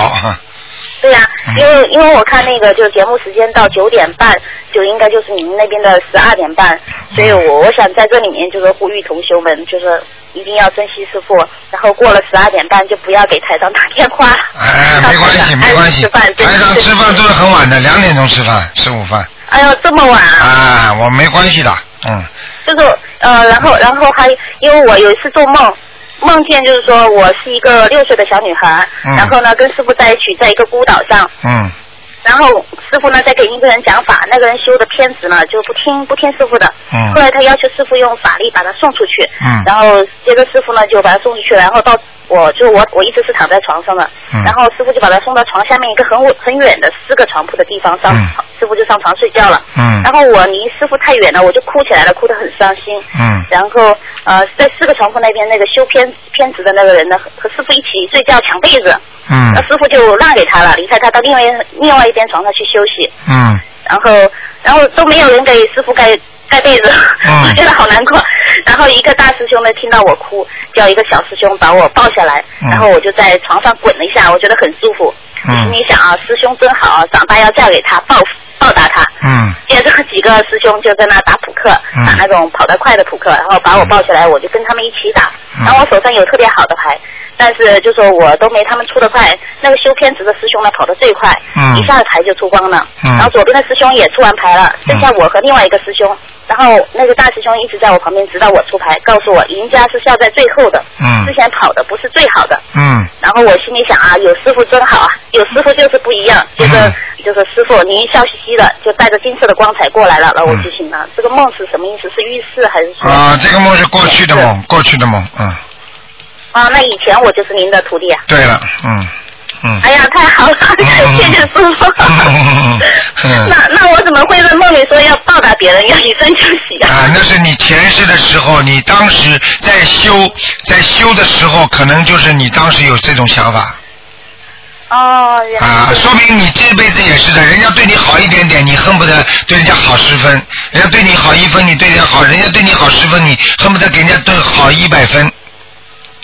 G: 对呀、
A: 嗯
G: 因为因为我看那个就是节目时间到九点半，就应该就是你们那边的十二点半，所以我我想在这里面就是呼吁同学们，就是一定要珍惜师傅，然后过了十二点半就不要给台长打电话。
A: 哎，没关系没关系，
G: 吃饭，对
A: 台上
G: 对
A: 吃饭都是很晚的，两点钟吃饭，吃午饭，
G: 哎呦，这么晚啊！
A: 啊，我没关系的，嗯
G: 就是呃，然后然后还因为我有一次做梦，梦见就是说我是一个六岁的小女孩，
A: 嗯
G: 然后呢跟师傅在一起在一个孤岛上，
A: 嗯
G: 然后师傅呢在给一个人讲法，那个人修的偏执呢就不听不听师傅的。
A: 嗯
G: 后来他要求师傅用法力把他送出去。
A: 嗯
G: 然后接着师傅呢就把他送出去，然后到我就我我一直是躺在床上的，
A: 嗯
G: 然后师傅就把他送到床下面一个很远很远的四个床铺的地方上，
A: 嗯
G: 师傅就上床睡觉了。
A: 嗯
G: 然后我离师傅太远了，我就哭起来了，哭得很伤心。
A: 嗯
G: 然后呃，在四个床铺那边那个修片片子的那个人呢，和和师傅一起睡觉抢被子，
A: 嗯
G: 那师傅就让给他了，离开他到另外一另外一边床上去休息。
A: 嗯
G: 然后然后都没有人给师傅盖盖被子，
A: 嗯
G: 我觉得好难过。然后一个大师兄呢听到我哭，叫一个小师兄把我抱下来，
A: 嗯
G: 然后我就在床上滚了一下，我觉得很舒服。心
A: 嗯
G: 里想啊，师兄真好啊，长大要嫁给他，报报答他。
A: 嗯
G: 接着几个师兄就在那打扑克，
A: 嗯
G: 打那种跑得快的扑克，然后把我抱起来，我就跟他们一起打。
A: 嗯
G: 然后我手上有特别好的牌，但是就说我都没他们出的快。那个修片子的师兄呢跑得最快，
A: 嗯
G: 一下子牌就出光了。
A: 嗯
G: 然后左边的师兄也出完牌了，剩下我和另外一个师兄。然后那个大师兄一直在我旁边指导我出牌，告诉我赢家是笑在最后的，
A: 嗯
G: 之前跑的不是最好的。
A: 嗯
G: 然后我心里想啊，有师傅真好啊，有师傅就是不一样。接着
A: 嗯
G: 就是师傅您笑嘻嘻的，就带着金色的光彩过来
A: 嗯
G: 了，然后我就醒了。这个梦是什么意思？是预示还是说？
A: 啊，这个梦是过去的
G: 是。
A: 梦，过去的梦，嗯，
G: 啊，那以前我就是您的徒弟啊！
A: 对了，嗯嗯
G: 哎呀，太好了，谢谢师傅。
A: 嗯嗯
H: 呃
G: 那那我怎么会在梦里说要报答别人，要以身相许啊？
A: 啊，那是你前世的时候，你当时在修，在修的时候，可能就是你当时有这种想法
G: 哦，原来
A: 啊，说明你这辈子也是的，人家对你好一点点，你恨不得对人家好十分；人家对你好一分，你对人家好；人家对你好十分，你恨不得给人家对好一百分。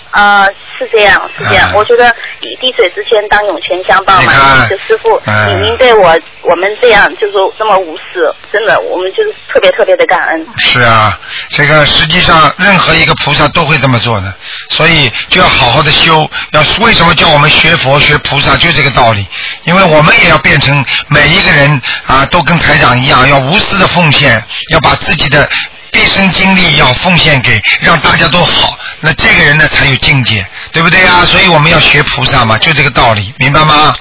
G: 啊，是这样，是这样。
A: 啊
G: 我觉得以滴水之谦当涌泉相报
A: 你
G: 嘛
A: 看，
G: 就师傅，
A: 哎
G: 你您对我我们这样就是说这么无私，真的，我们就是特别特别的感恩。
A: 是啊，这个实际上任何一个菩萨都会这么做的，所以就要好好的修。要为什么叫我们学佛学菩萨，就这个道理。因为我们也要变成每一个人啊，都跟台长一样，要无私的奉献，要把自己的毕生精力要奉献给让大家都好。那这个人呢才有境界，对不对啊？所以我们要学菩萨嘛，就这个道理，明白吗？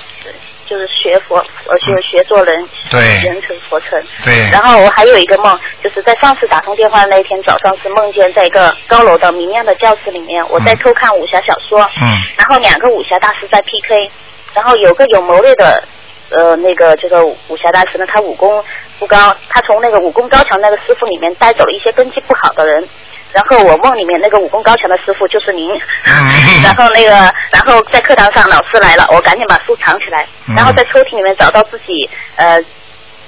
G: 就是学佛，呃，就是学做人，
A: 嗯对
G: 人成佛成。
A: 对
G: 然后我还有一个梦，就是在上次打通电话的那一天早上，是梦见在一个高武的明亮的教室里面，我在
A: 嗯
G: 偷看武侠小说。
A: 嗯
G: 然后两个武侠大师在 PK，然后有个有谋略的，呃，那个这个武侠大师呢，他武功不高，他从那个武功高强那个师傅里面带走了一些根基不好的人。然后我梦里面那个武功高强的师傅就是您，
A: 嗯
G: 然后那个，然后在课堂上老师来了，我赶紧把书藏起来，
A: 嗯
G: 然后在抽屉里面找到自己呃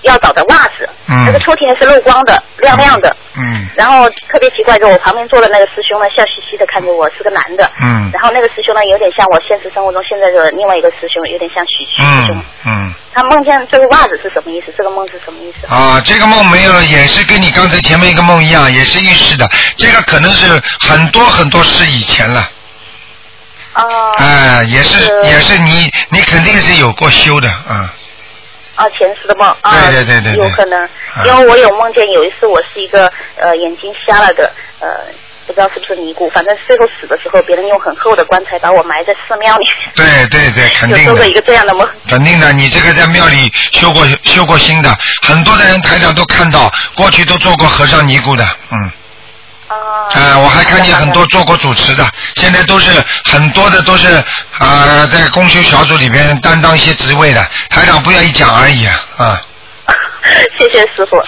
G: 要找的袜子，
A: 嗯
G: 那个抽屉还是漏光的，亮亮的。
A: 嗯
G: 然后特别奇怪，就我旁边坐的那个师兄呢，笑嘻嘻的看着我，是个男的。
A: 嗯
G: 然后那个师兄呢，有点像我现实生活中现在的另外一个师兄，有点像许许师兄
A: 嗯。嗯。
G: 他梦见这个袜子是什么意思？这个梦是什么意思？
A: 啊，这个梦没有，也是跟你刚才前面一个梦一样，也是预示的。这个可能是很多很多事以前了，
G: 哦、
A: 哎、也是
G: 是
A: 也是你你肯定是有过修的啊，
G: 啊，前世的梦啊，
A: 对对对对对
G: 有可能，
A: 啊
G: 因为我有梦见有一次我是一个呃眼睛瞎了的呃。不知道是不是尼姑，反正最后死的时候，别人用很厚的棺材把我埋在寺庙里面。
A: 对对对，肯
G: 有
A: 定
G: 做过一
A: 的，
G: 个这样的梦。
A: 肯定的。你这个在庙里修过修过心的，很多的人台上都看到，过去都做过和尚尼姑的，嗯，
G: 啊、
A: 哎、我还看见很
G: 好
A: 多
G: 的。
A: 做过主持的，现在都是很多的都是啊、在公修小组里边担当一些职位的，台长不愿意讲而已啊。啊
G: 谢谢师 傅，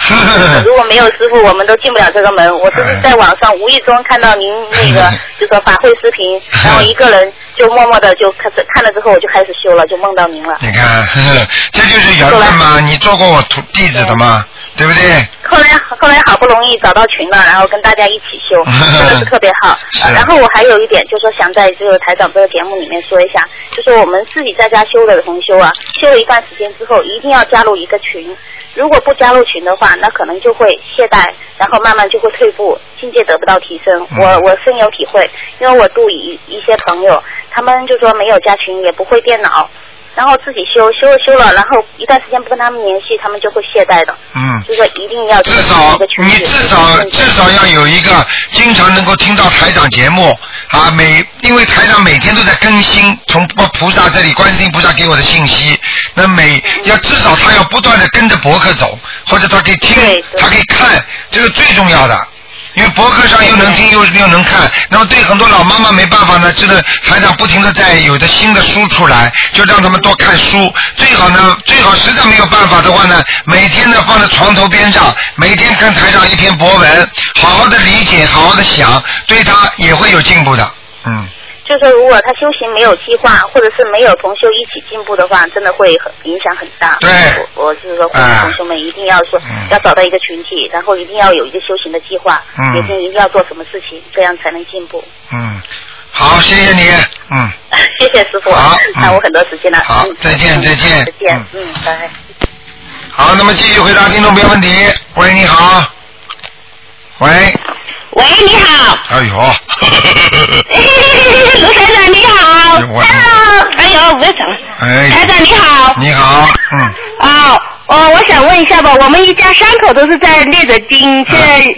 G: 如果没有师傅，我们都进不了这个门。我就是在网上无意中看到您那个就说法会视频，然后一个人就默默的就开始看了之后，我就开始修了，就梦到您了。
A: 你看， 呵呵这就是缘分嘛。你做过我徒弟子的嘛，对不对？
G: 后来后来好不容易找到群了，然后跟大家一起 修，真的是特别好。
A: 是啊
G: 呃然后我还有一点，就是说想在这个台长这个节目里面说一下，就是我们自己在家修的同修啊，修了一段时间之后，一定要加入一个群。如果不加入群的话，那可能就会懈怠，然后慢慢就会退步，境界得不到提升。
A: 嗯
G: 我我深有体会，因为我度一一些朋友，他们就说没有加群，也不会电脑，然后自己修修了修了，然后一段时间不跟他们联系，他们就会懈怠的。
A: 嗯，
G: 就说一定要
A: 至少
G: 一个群
A: 你
G: 体
A: 至少至少要有一个经常能够听到台长节目啊，每因为台长每天都在更新从菩菩萨这里观世音菩萨给我的信息，那每要至少他要不断的跟着博客走，或者他可以听
G: 对，对
A: 他可以看，这个最重要的。因为博客上又能听又又能看，那么对很多老妈妈没办法呢，只能台长不停的在有的新的书出来，就让他们多看书。最好呢，最好实在没有办法的话呢，每天呢放在床头边上，每天看台长一篇博文，好好的理解，好好的想，对他也会有进步的。嗯，
G: 就是说如果他修行没有计划，或者是没有同修一起进步的话，真的会很影响很大。
A: 对
G: 我我就是说，呼吁
A: 哎
G: 同修们一定要说、
A: 嗯
G: 要找到一个群体，然后一定要有一个修行的计划，
A: 嗯
G: 决定一定要做什么事情，这样才能进步。
A: 嗯，好，谢谢你，嗯。
G: 谢谢师傅，
A: 好嗯
G: 那我很多时间了。
A: 好
G: 嗯
A: 再见
G: 嗯
A: 再见
G: 再见，
A: 嗯
G: 嗯，拜拜。
A: 好，那么继续回答听众朋友问题。喂，你好。喂。
H: 喂，你好，
A: 哎呦，呵呵
H: 卢台长你好
A: 哎我
H: ，Hello，哎呦，我怎么？台
A: 哎，
H: 长你好，
A: 你好，嗯，
H: 哦，哦，我想问一下吧，我们一家三口都是在念着
A: 嗯
H: 经，现在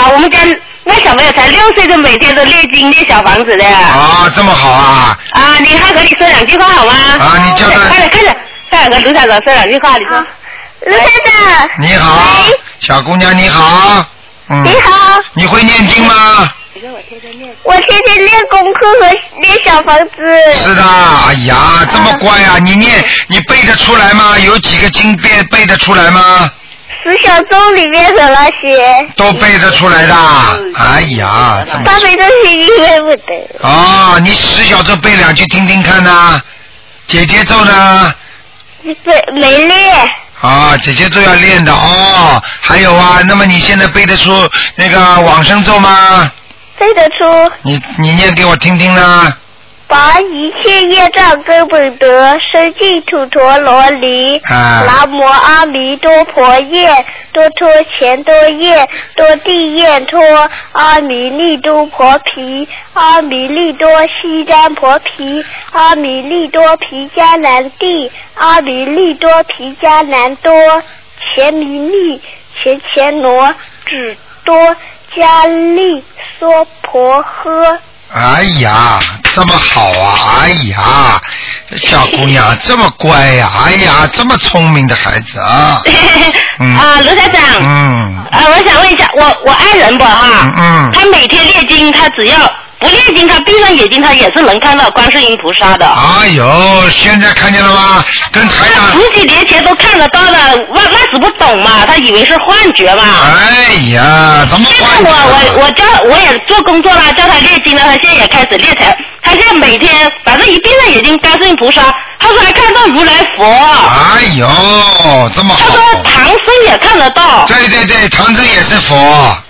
H: 啊，我们家那小朋友才六岁，就每天都念经念小房子的。
A: 啊，这么好啊，
H: 啊，你还和你说两句话好吗？
A: 啊你叫他
H: 快点快点，快点跟卢台长说两句话，你说。啊卢台长，
A: 你好，小姑娘你好，嗯，
H: 你好，
A: 你会念经吗？
H: 我天天练功课和练小房子。
A: 是的，哎呀，这么乖啊，你念
H: 嗯
A: 你背得出来吗？有几个经背背得出来吗？
H: 十小钟里面怎么写？
A: 都背得出来的，
H: 嗯
A: 哎呀，这么
H: 八百多是因为不得。
A: 啊，你十小咒背两句听听看呐、姐姐咒呢？
H: 对，没练。
A: 啊，姐姐咒要练的哦。还有啊，那么你现在背得出那个往生咒吗？
H: 背得出
A: 你你念给我听听呢。
H: 拔一切业障根本得，生净土陀罗尼。
A: 啊，
H: 南无阿弥多婆夜，多托前多夜，多地夜托阿弥利都婆毗，阿弥利多西瞻婆毗，阿弥利多毗迦南地，阿弥利多毗迦南多，前弥利前前罗只多迦利娑婆诃。
A: 哎呀，这么好啊！哎呀，小姑娘这么乖呀、哎呀，这么聪明的孩子 啊！嗯
H: 啊，卢台长，
A: 嗯
H: 啊，我想问一下，我我爱人吧哈
A: 嗯，嗯
H: 他每天念经，他只要不念经，他闭上眼睛，他也是能看到观世音菩萨的。
A: 哎呦，现在看见了吗？跟台
H: 他
A: 长。
H: 啊十几年前都看得到的，那那时不懂嘛，他以为是幻觉嘛。
A: 哎呀，怎么啊
H: 现在
A: 换
H: 我
A: 的
H: 我我叫我也做工作啦，叫他念经了，他现在也开始念才，他现在每天反正一闭上眼睛，观世音菩萨，他说还看到如来佛，
A: 哎呦，这么
H: 他
A: 好。
H: 说唐僧也看得到。
A: 对对对，唐僧也是佛，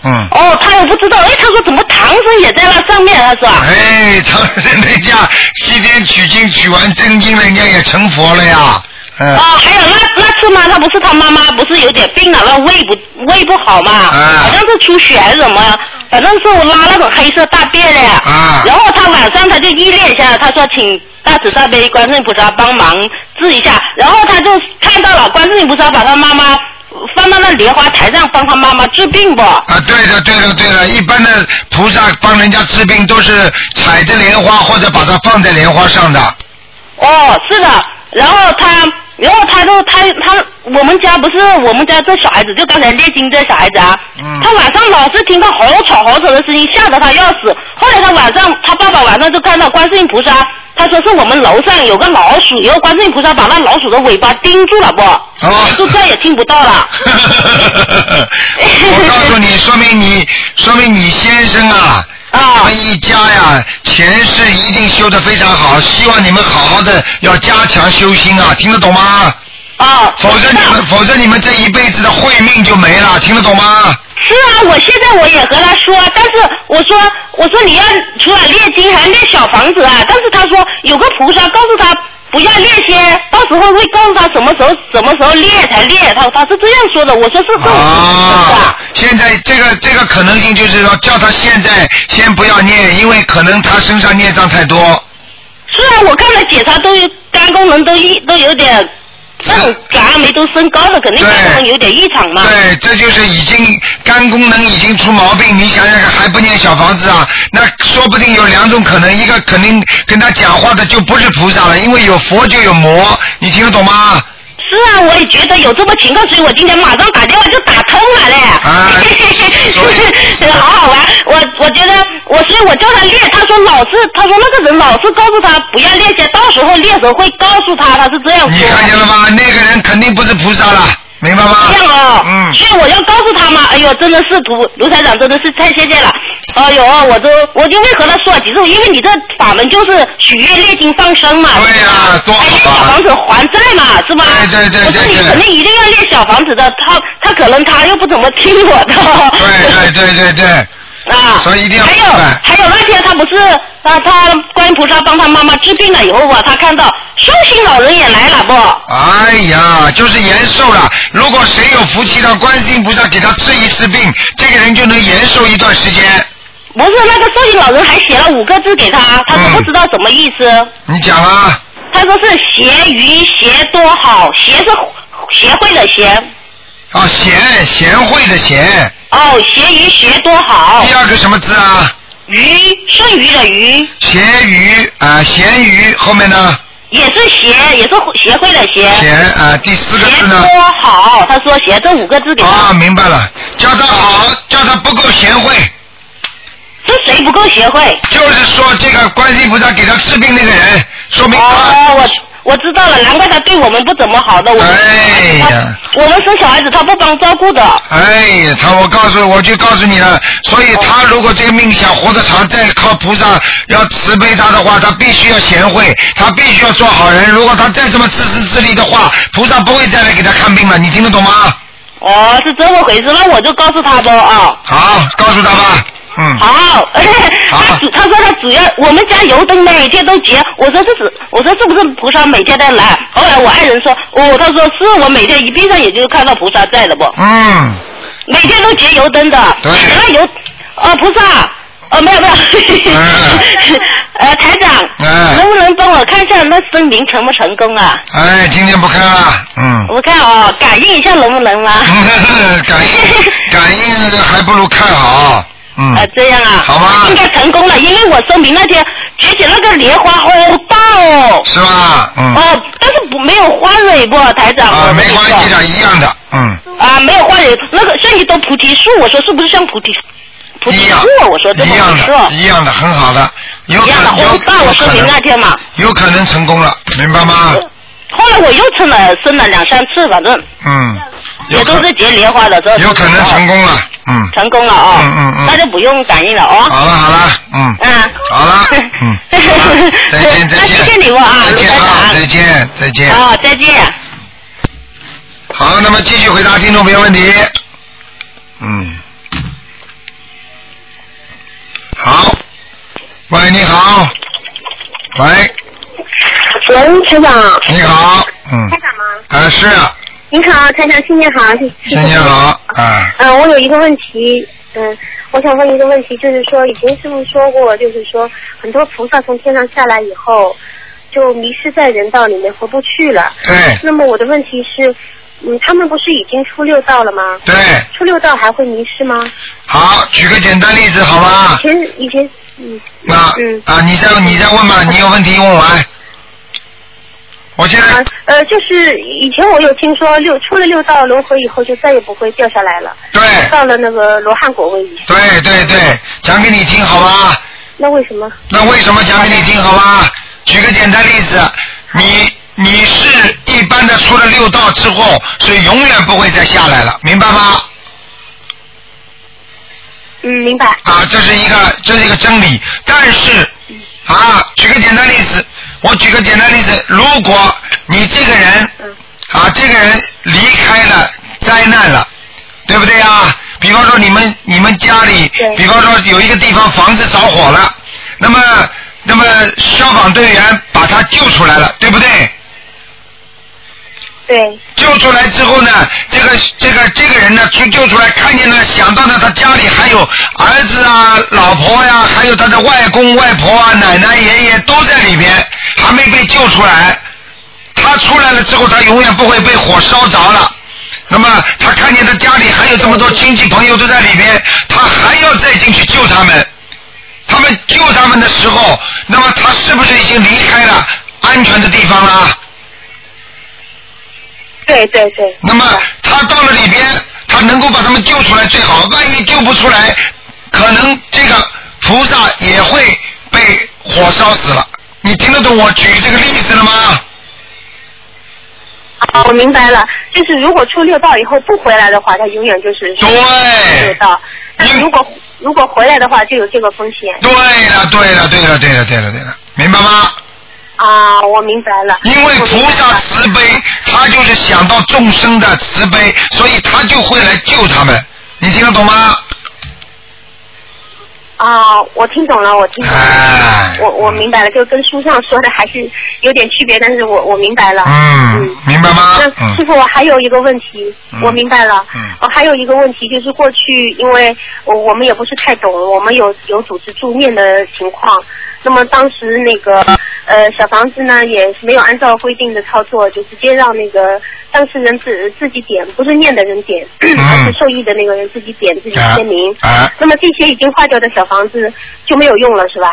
A: 嗯。
H: 哦，他也不知道，哎，他说怎么唐僧也在那上面？他说。
A: 哎，唐僧人家西天取经取完真经，人家也成佛了呀。嗯
H: 哦，。还有那那次嘛，他不是他妈妈不是有点病了，那胃不胃不好嘛，
A: 啊
H: 好像是出血还是什么，反正是我拉那种黑色大便的。
A: 啊
H: 然后他晚上他就意念一下，他说请大慈大悲观世音菩萨帮忙治一下，然后他就看到了观世音菩萨把他妈妈放到那莲花台上帮他妈妈治病不？
A: 啊，对的，对的，对的，一般的菩萨帮人家治病都是踩着莲花或者把它放在莲 花上的。
H: 哦，是的，然后他，然后他就他他，我们家不是我们家这小孩子，就刚才念经这小孩子啊，
A: 嗯
H: 他晚上老是听到好吵好吵的声音，吓得他要死。后来他晚上，他爸爸晚上就看到观世音菩萨，他说是我们楼上有个老鼠，然后观世音菩萨把那老鼠的尾巴盯住了不，
A: 哦
H: 就再也听不到了。
A: 我告诉你，说明你说明你先生啊，他
H: 啊
A: 们一家呀，前世一定修得非常好，希望你们好好的要加强修心啊，听得懂吗？
H: 啊，
A: 否则你们，否则你们这一辈子的慧命就没了，听得懂吗？
H: 是啊，我现在我也和他说，但是我说我说你要除了念经还念小房子啊，但是他说有个菩萨告诉他不要念些，到时候会告诉他什么时候什么时候念才念，他他是这样说的，我说是这种是
A: 啊
H: 吧？，
A: 现在这个这个可能性就是说，叫他现在先不要念，因为可能他身上孽障太多。
H: 是啊，我看了检查都有肝功能都一都有点那种肝氨酶都升高了，肯定肝功能有点异常嘛。
A: 对，这就是已经肝功能已经出毛病，你想想看还不念小房子啊？那说不定有两种可能，一个肯定跟他讲话的就不是菩萨了，因为有佛就有魔，你听得懂吗？
H: 是啊，我也觉得有这么情况，所以我今天马上打电话就打通了嘞。 啊，好好玩。我我觉得我，所以我叫他练，他说老是，他说那个人老是告诉他不要练习，到时候练时候会告诉他，他是这样说。
A: 你看见了吗？那个人肯定不是菩萨了，明白吗？
H: 这样哦，嗯，所以我要告诉他们，哎呦，真的是卢卢台长，真的是太谢谢了，哎呦，我都我就为和他说了几次，因为你这法门就是许愿、念经、放生嘛，对呀、
A: 多
H: 好、练小房子还债嘛，是吧？对对对我说你肯定一定要练小房子的，他他可能他又不怎么听我的，
A: 对对对对对。
H: 啊，
A: 所以一定要
H: 还有
A: 明白
H: 还有那天他不是啊，他观音菩萨帮他妈妈治病了以后啊，他看到寿星老人也来了不？
A: 哎呀，就是延寿了。如果谁有福气，让观世音菩萨给他治一次病，这个人就能延寿一段时间。
H: 不是那个寿星老人还写了五个字给他，他都不知道什么意思。
A: 哎你讲啊，
H: 他说是协鱼协多好，协是协会的协。
A: 啊，贤贤惠的贤，
H: 哦，协鱼协多好。
A: 第二个什么字啊？
H: 鱼，剩鱼的鱼。
A: 咸鱼啊，咸鱼后面呢？
H: 也是协，也是协会的协。
A: 咸啊，第四个字呢？
H: 多好，他说写这五个字给他。
A: 啊，明白了，叫他好，叫他不够贤惠。
H: 是谁不够贤惠？
A: 就是说这个观世音菩萨给他治病那个人，说明他。
H: 哦，我我知道了，难怪他对我们不怎么好的。我们
A: 哎呀，
H: 我们生小孩子他不帮照顾的。
A: 哎呀，他我告诉我就告诉你了，所以他如果这个命想活得长，再靠菩萨要慈悲他的话，他必须要贤惠，他必须要做好人。如果他再这么自私自利的话，菩萨不会再来给他看病了。你听得懂吗？
H: 哦，是这么回事，那我就告诉他吧啊。
A: 好，告诉他吧。嗯。
H: 好，他主他说他主要我们家油灯每天都结，我说是指我说是不是菩萨每天在来？后来我爱人说，哦，他说是我每天一闭上眼就看到菩萨在了不？
A: 嗯。
H: 每天都结油灯的，那油呃菩萨。哦，没有没有，
A: 嗯
H: 呃，台长，能不能帮我看一下那声明成不成功啊？
A: 哎，今天不看了，嗯，
H: 我看哦，感应一下能不能啊？
A: 感 应感应还不如看好。嗯，
H: 啊，这样啊，好吗？应该成功了，因为我声明那天举起那个莲花好大哦，
A: 是吧？嗯，
H: 哦，但是不没有花蕊不，台长，啊，没关系
A: 的，一样的，嗯，
H: 啊，没有花蕊，那个像一朵菩提树，我说是不是像菩提菩提树？啊我说这
A: 一
H: 么
A: 样
H: 回事
A: 的，一样的，很好的，有
H: 哦
A: 可
H: 一样的
A: 能有
H: 我爸我说
A: 可
H: 你
A: 能
H: 那天嘛
A: 有可能成功了，明白吗？
H: 后来我又称了生了两三次，反正
A: 嗯，
H: 也都是哦结莲花的，这
A: 有可能成功了，嗯，
H: 成功了啊、
A: 嗯嗯嗯
H: 那就不用感应了哦。
A: 好了好了，嗯，
H: 嗯，
A: 好 了，嗯，好了再见再
H: 那谢谢
A: 见，
H: 你们啊，
A: 再
H: 卢
A: 见
H: 台
A: 啊，
H: 长。
A: 再见再见。
H: 哦，再见。
A: 好，那么继续回答听众朋友问题。嗯，好，喂，你好，喂，
I: 喂，台长。
A: 你好，嗯，啊是啊，
I: 你好，台长，新年好。
A: 新年好。啊，
I: 嗯、我有一个问题，嗯、我想问一个问题，就是说，以前师傅说过，就是说，很多菩萨从天上下来以后，就迷失在人道里面，回不去了。
A: 对。
I: 那么我的问题是，嗯，他们不是已经初六道了吗？
A: 对。
I: 初六道还会迷失吗？
A: 好，举个简单例子好吗
I: 以？前以前，嗯。
A: 那啊，你再你再问吧，你有问题问啊完。我现在
I: 呃，就是以前我有听说六出了六道轮回以后，就再也不会掉下来了。
A: 对。
I: 到了那个罗汉果位以上。
A: 对对对，讲给你听好吧？
I: 那为什么？
A: 那为什么讲给你听好吧？举个简单例子，你你是一般的出了六道之后是永远不会再下来了，明白吗？
I: 嗯，明白。
A: 啊，这是一个这是一个真理，但是啊，举个简单例子，我举个简单例子，如果你这个人啊，这个人离开了灾难了，对不对啊？比方说你们你们家里，比方说有一个地方房子着火了，那么那么消防队员把他救出来了，对不对？
I: 对。
A: 救出来之后呢，这个这个这个人呢，出救出来，看见呢，想到呢，他家里还有儿子啊、老婆呀、还有他的外公外婆啊、奶奶爷爷都在里边，还没被救出来。他出来了之后，他永远不会被火烧着了。那么他看见他家里还有这么多亲戚朋友都在里边，他还要再进去救他们。他们救他们的时候，那么他是不是已经离开了安全的地方了？
I: 对。
C: 对对对，
A: 那么他到了里边，他能够把他们救出来最好，万一救不出来，可能这个菩萨也会被火烧死了。你听得懂我举这个例子了吗？
C: 啊，我明白了，就是如果出六道以后不回来的话，他永远就是
A: 对
C: 六道。但如果如果回来的话，就有这个风险。
A: 对了，啊对了，对了，对了，对了，对了，明白吗？
C: 啊，我明白了。
A: 因为菩萨慈悲，他就是想到众生的慈悲，所以他就会来救他们。你听得懂吗？
C: 啊，我听懂了，我听懂了，
A: 哎
C: 我
A: 嗯
C: 我明白了，就跟书上说的还是有点区别，但是我我明白了。
A: 嗯，明白吗？
C: 那
H: 嗯
C: 师傅，我还有一个问题，
A: 嗯
C: 我明白了。
A: 嗯
C: 我哦还有一个问题，就是过去因为我我们也不是太懂，我们有有组织助念的情况。那么当时那个呃小房子呢，也没有按照规定的操作，就直接让那个当事人自自己点，不是念的人点，而是受益的那个人自己点自己签名。
A: 嗯啊
C: 那么这些已经化掉的小房子就没有用了，是吧？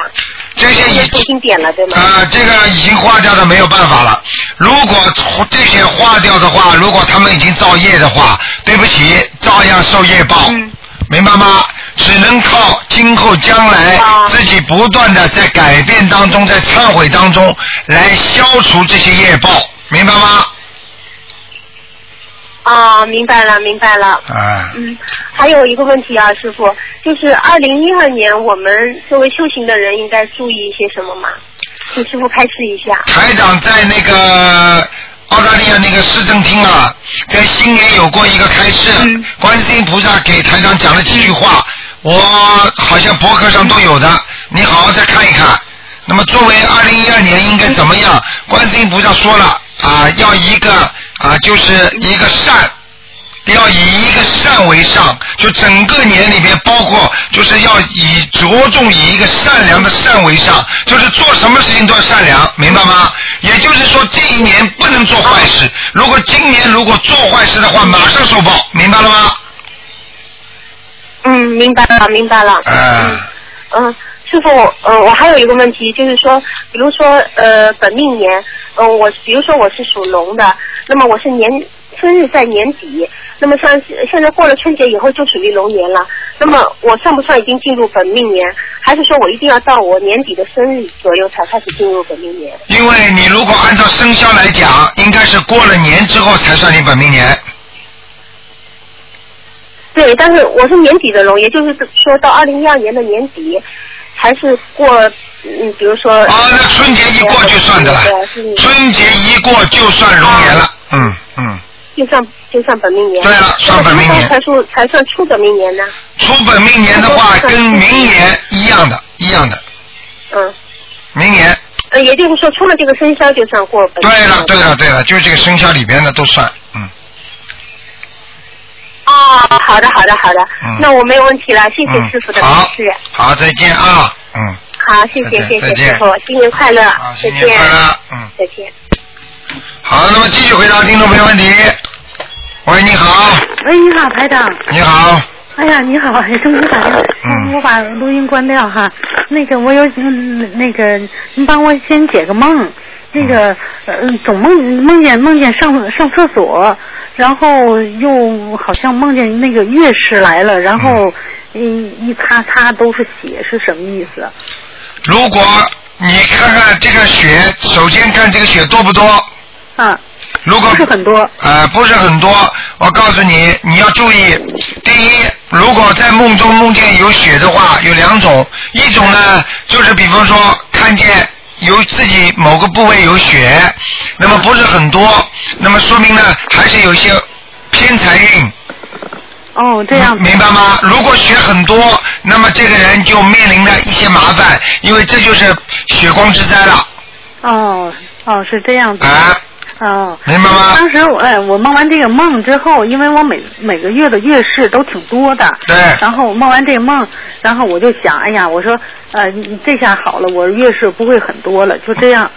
A: 这些
C: 已经点了，对吗？
A: 啊，这个已经化掉的没有办法了。如果这些化掉的话，如果他们已经造业的话，对不起，照样受业报，明白吗？只能靠今后将来自己不断的在改变当中，在忏悔当中来消除这些业报，明白吗？
C: 啊，明白了，明白了。
A: 啊，
C: 嗯，还有一个问题啊，师傅，就是二零一二年，我们作为修行的人应该注意一些什么吗？请师傅开示一下。
A: 台长在那个澳大利亚那个市政厅啊，在新年有过一个开示，观世音菩萨给台长讲了几句话，我好像博客上都有的，你好好再看一看。那么作为二零一二年应该怎么样？观世音菩萨说了啊，要一个啊，就是一个善。要以一个善为上，就整个年里面，包括就是要以着重以一个善良的善为上，就是做什么事情都要善良，明白吗？也就是说，这一年不能做坏事。如果今年如果做坏事的话，马上受报，明白了吗？
C: 嗯，明白了，明白了。
A: 嗯
C: 嗯，师傅，呃，我还有一个问题，就是说，比如说，呃，本命年，嗯、我比如说我是属龙的，那么我是年生日在年底，那么像现在过了春节以后就属于龙年了，那么我算不算已经进入本命年，还是说我一定要到我年底的生日左右才开始进入本命年？
A: 因为你如果按照生肖来讲，应该是过了年之后才算你本命年。
C: 对，但是我是年底的龙，也就是说到二零一二年的年底，还是过，嗯，比如说。啊，
A: 那春节一过就算的了
C: 对，是你
A: 春节一过就算龙年了。嗯嗯。
C: 就算就算本命年。
A: 对了算本命年
C: 那么什么时候才算才算出本命年呢？
A: 出本命年的话，跟明年一样的，一样的，
C: 嗯，
A: 明年。
C: 呃，也就是说出了这个生肖就算过本命
A: 对
C: 年。
A: 了，对了，对了，就是这个生肖里边的都算，嗯，
C: 哦，好的，好的，好的，
A: 嗯
C: 那我没有问题了，谢谢
A: 嗯
C: 师傅的
A: 好
C: 指示。
A: 好，再见啊，嗯，
C: 好，谢谢
A: 再见
C: 谢
A: 再
C: 谢
A: 见
C: 师傅，新年快乐，再
A: 新年快乐，嗯，
C: 再见。
A: 好，那么继续回答听众朋友问题。喂，你好，
J: 喂，你好，台长。
A: 你好，
J: 哎呀，你好，哎终于打电话。
A: 嗯
J: 我把录音关掉哈。那个，我有嗯那个，您帮我先解个梦。那个，呃，总梦梦见梦见上上厕所，然后又好像梦见那个月事来了，然后一一擦擦都是血，是什么意思？
A: 如果你看看这个血，首先看这个血多不多，
J: 啊，
A: 如果不是
J: 很多，
A: 呃，不是很多，我告诉你，你要注意。第一，如果在梦中梦见有血的话，有两种，一种呢就是比方说看见有自己某个部位有血，那么不是很多，那么说明呢还是有一些偏财运。
J: 哦，这样。
A: 明白吗？如果血很多，那么这个人就面临了一些麻烦，因为这就是血光之灾了。
J: 哦哦，是这样子。
A: 啊。
J: 哦，
A: 明白吗
J: 当时我哎，我梦完这个梦之后，因为我每每个月的月事都挺多的，
A: 对
J: 然后我梦完这个梦，然后我就想，哎呀，我说，呃，这下好了，我月事不会很多了，就这样，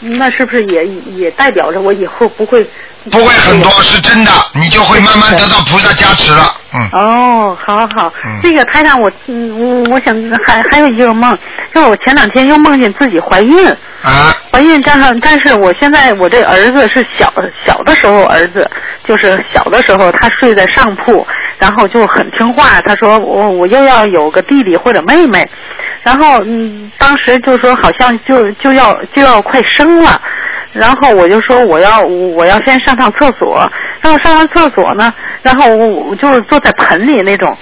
J: 那是不是也也代表着我以后不会？
A: 不会很多，是真的，你就会慢慢得到菩萨加持了。嗯。
J: 哦，好好，这个台长，我嗯，我我想还还有一个梦，就是我前两天又梦见自己怀孕，
A: 啊，
J: 怀孕但是但是我现在我这儿子是小小的时候儿子，就是小的时候他睡在上铺，然后就很听话。他说我我又要有个弟弟或者妹妹，然后嗯，当时就说好像就就要就要快生了，然后我就说我要我要先上趟厕所，然后上完厕所呢，然后我我就是坐在盆里那种。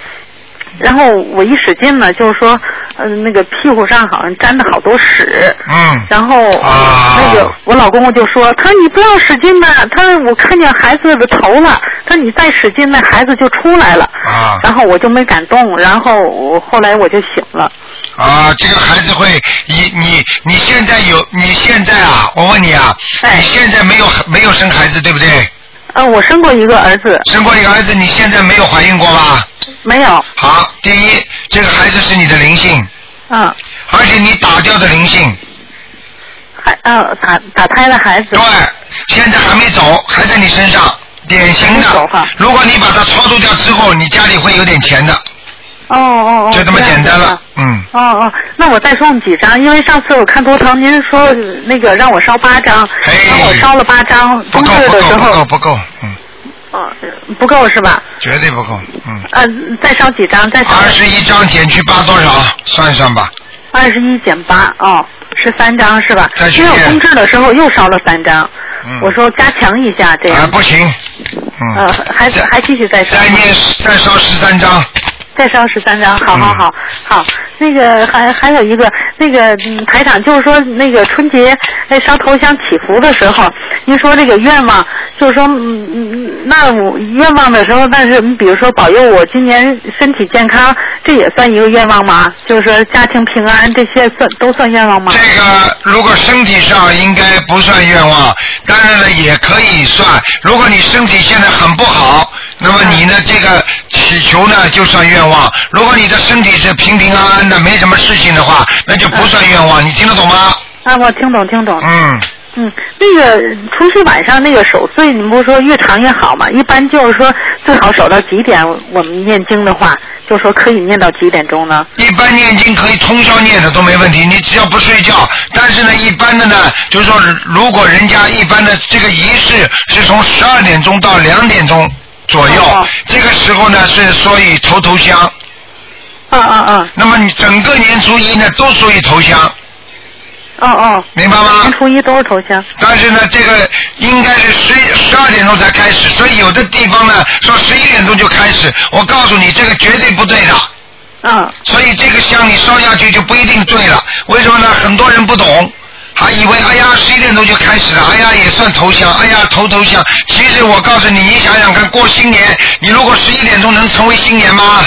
J: 然后我一使劲呢，就是说，嗯、那个屁股上好像沾了好多屎，
A: 嗯，啊
J: 然后、那个我老公就说，他说你不要使劲呐，他说我看见孩子的头了，他说你再使劲，那孩子就出来了。
A: 啊
J: 然后我就没敢动，然后我后来我就醒了。
A: 啊，这个孩子会，你你你现在有，你现在啊，我问你啊，
J: 哎
A: 你现在没有没有生孩子对不对？
J: 呃，我生过一个儿子。
A: 生过一个儿子，你现在没有怀孕过吧？
J: 没有。
A: 好，第一，这个孩子是你的灵性，
J: 嗯，
A: 而且你打掉的灵性，
J: 还呃打打胎的孩子。
A: 对，现在还没走，还在你身上，典型的。如果你把它超度掉之后，你家里会有点钱的，
J: 哦哦哦。
A: 就这么简单
J: 样子啊
A: 了。嗯，
J: 哦哦，那我再送几张，因为上次我看多腾您说呃那个让我烧八张，然后我烧了八张，
A: 哎不
J: 冬
A: 够
J: 至
A: 不
J: 的时
A: 够不
J: 候
A: 够不够，嗯，
J: 不够是吧？
A: 绝对不够，嗯。
J: 嗯、再烧几张，再烧二
A: 十一张减去八多少？算一算吧。
J: 二十一减八哦，十三张是吧？
A: 再去
J: 因为我
A: 念
J: 冬至的时候又烧了三张，
A: 嗯
J: 我说加强一下这样。
A: 啊，不行，嗯。
J: 呃，还还继续再烧。再
A: 念，再烧十三张。嗯
J: 再烧十三张，好好好、好。那个还还有一个，那个嗯台长就是说，那个春节哎烧头香祈福的时候，您说这个愿望，就是说，嗯嗯，那我愿望的时候，但是你比如说保佑我今年身体健康，这也算一个愿望吗？就是说家庭平安，这些算都算愿望吗？
A: 这个呃如果身体上应该不算愿望，当然了也可以算。如果你身体现在很不好，那么你呢这个祈求呢就算愿望。如果你的身体是平平安安的，没什么事情的话，那就不算愿望。你听得懂吗？
J: 啊，我听懂听懂。
A: 嗯。
J: 嗯，那个除夕晚上那个守岁，你不是说越长越好吗？一般就是说最好守到几点？我们念经的话，就说可以念到几点钟呢？
A: 一般念经可以通宵念的都没问题，你只要不睡觉。但是呢，一般的呢，就是说，如果人家一般的这个仪式是从十二点钟到两点钟左
J: 哦
A: 右，这个时候呢是所以头头香。
J: 嗯嗯嗯。
A: 那么你整个年初一呢，都属于头香。
J: 哦哦。
A: 明白吗？
J: 年初一都是头香。
A: 但是呢，这个应该是十十二点钟才开始，所以有的地方呢说十一点钟就开始。我告诉你，这个绝对不对的。
J: 嗯。
A: 所以这个香你烧下去就不一定对了。为什么呢？很多人不懂，还以为哎呀十一点钟就开始了，哎呀也算头香，哎呀头头香。其实我告诉你，你想想看，过新年，你如果十一点钟能成为新年吗？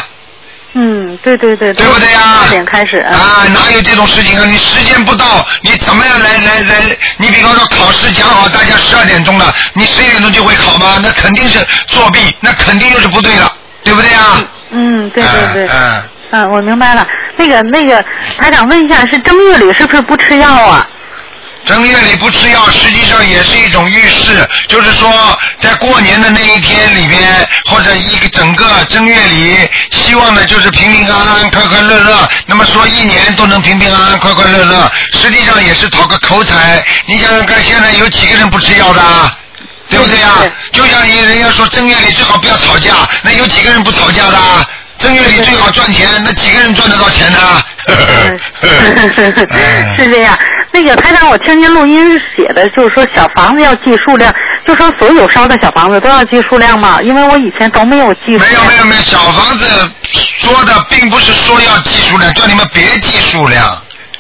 J: 嗯，对对对。对不对呀、八点开始。嗯
A: 啊，哪有这种事情啊？你时间不到，你怎么样来来来？你比方说考试讲好大家十二点钟了，你十一点钟就会考吗？那肯定是作弊，那肯定就是不对了，对不对啊？
J: 嗯，对对对。
A: 嗯、
J: 嗯，我明白了。那个那个，台长问一下，是正月里是不是不吃药啊？
A: 正月里不吃药，实际上也是一种预示，就是说在过年的那一天里边，或者一个整个正月里，希望呢就是平平安安、快快乐乐。那么说一年都能平平安安、快快乐乐，实际上也是讨个口彩。你想想看，现在有几个人不吃药的啊？对不对呀、就像人家说正月里最好不要吵架，那有几个人不吵架的啊？正月里最好赚钱，那几个人赚得到钱呢？嗯
J: 是这样。那个台长，我听您录音写的，就是说小房子要记数量，就说所有烧的小房子都要记数量嘛，因为我以前都没有记数量。
A: 没有没有，小房子说的并不是说要记数量，叫你们别记数量。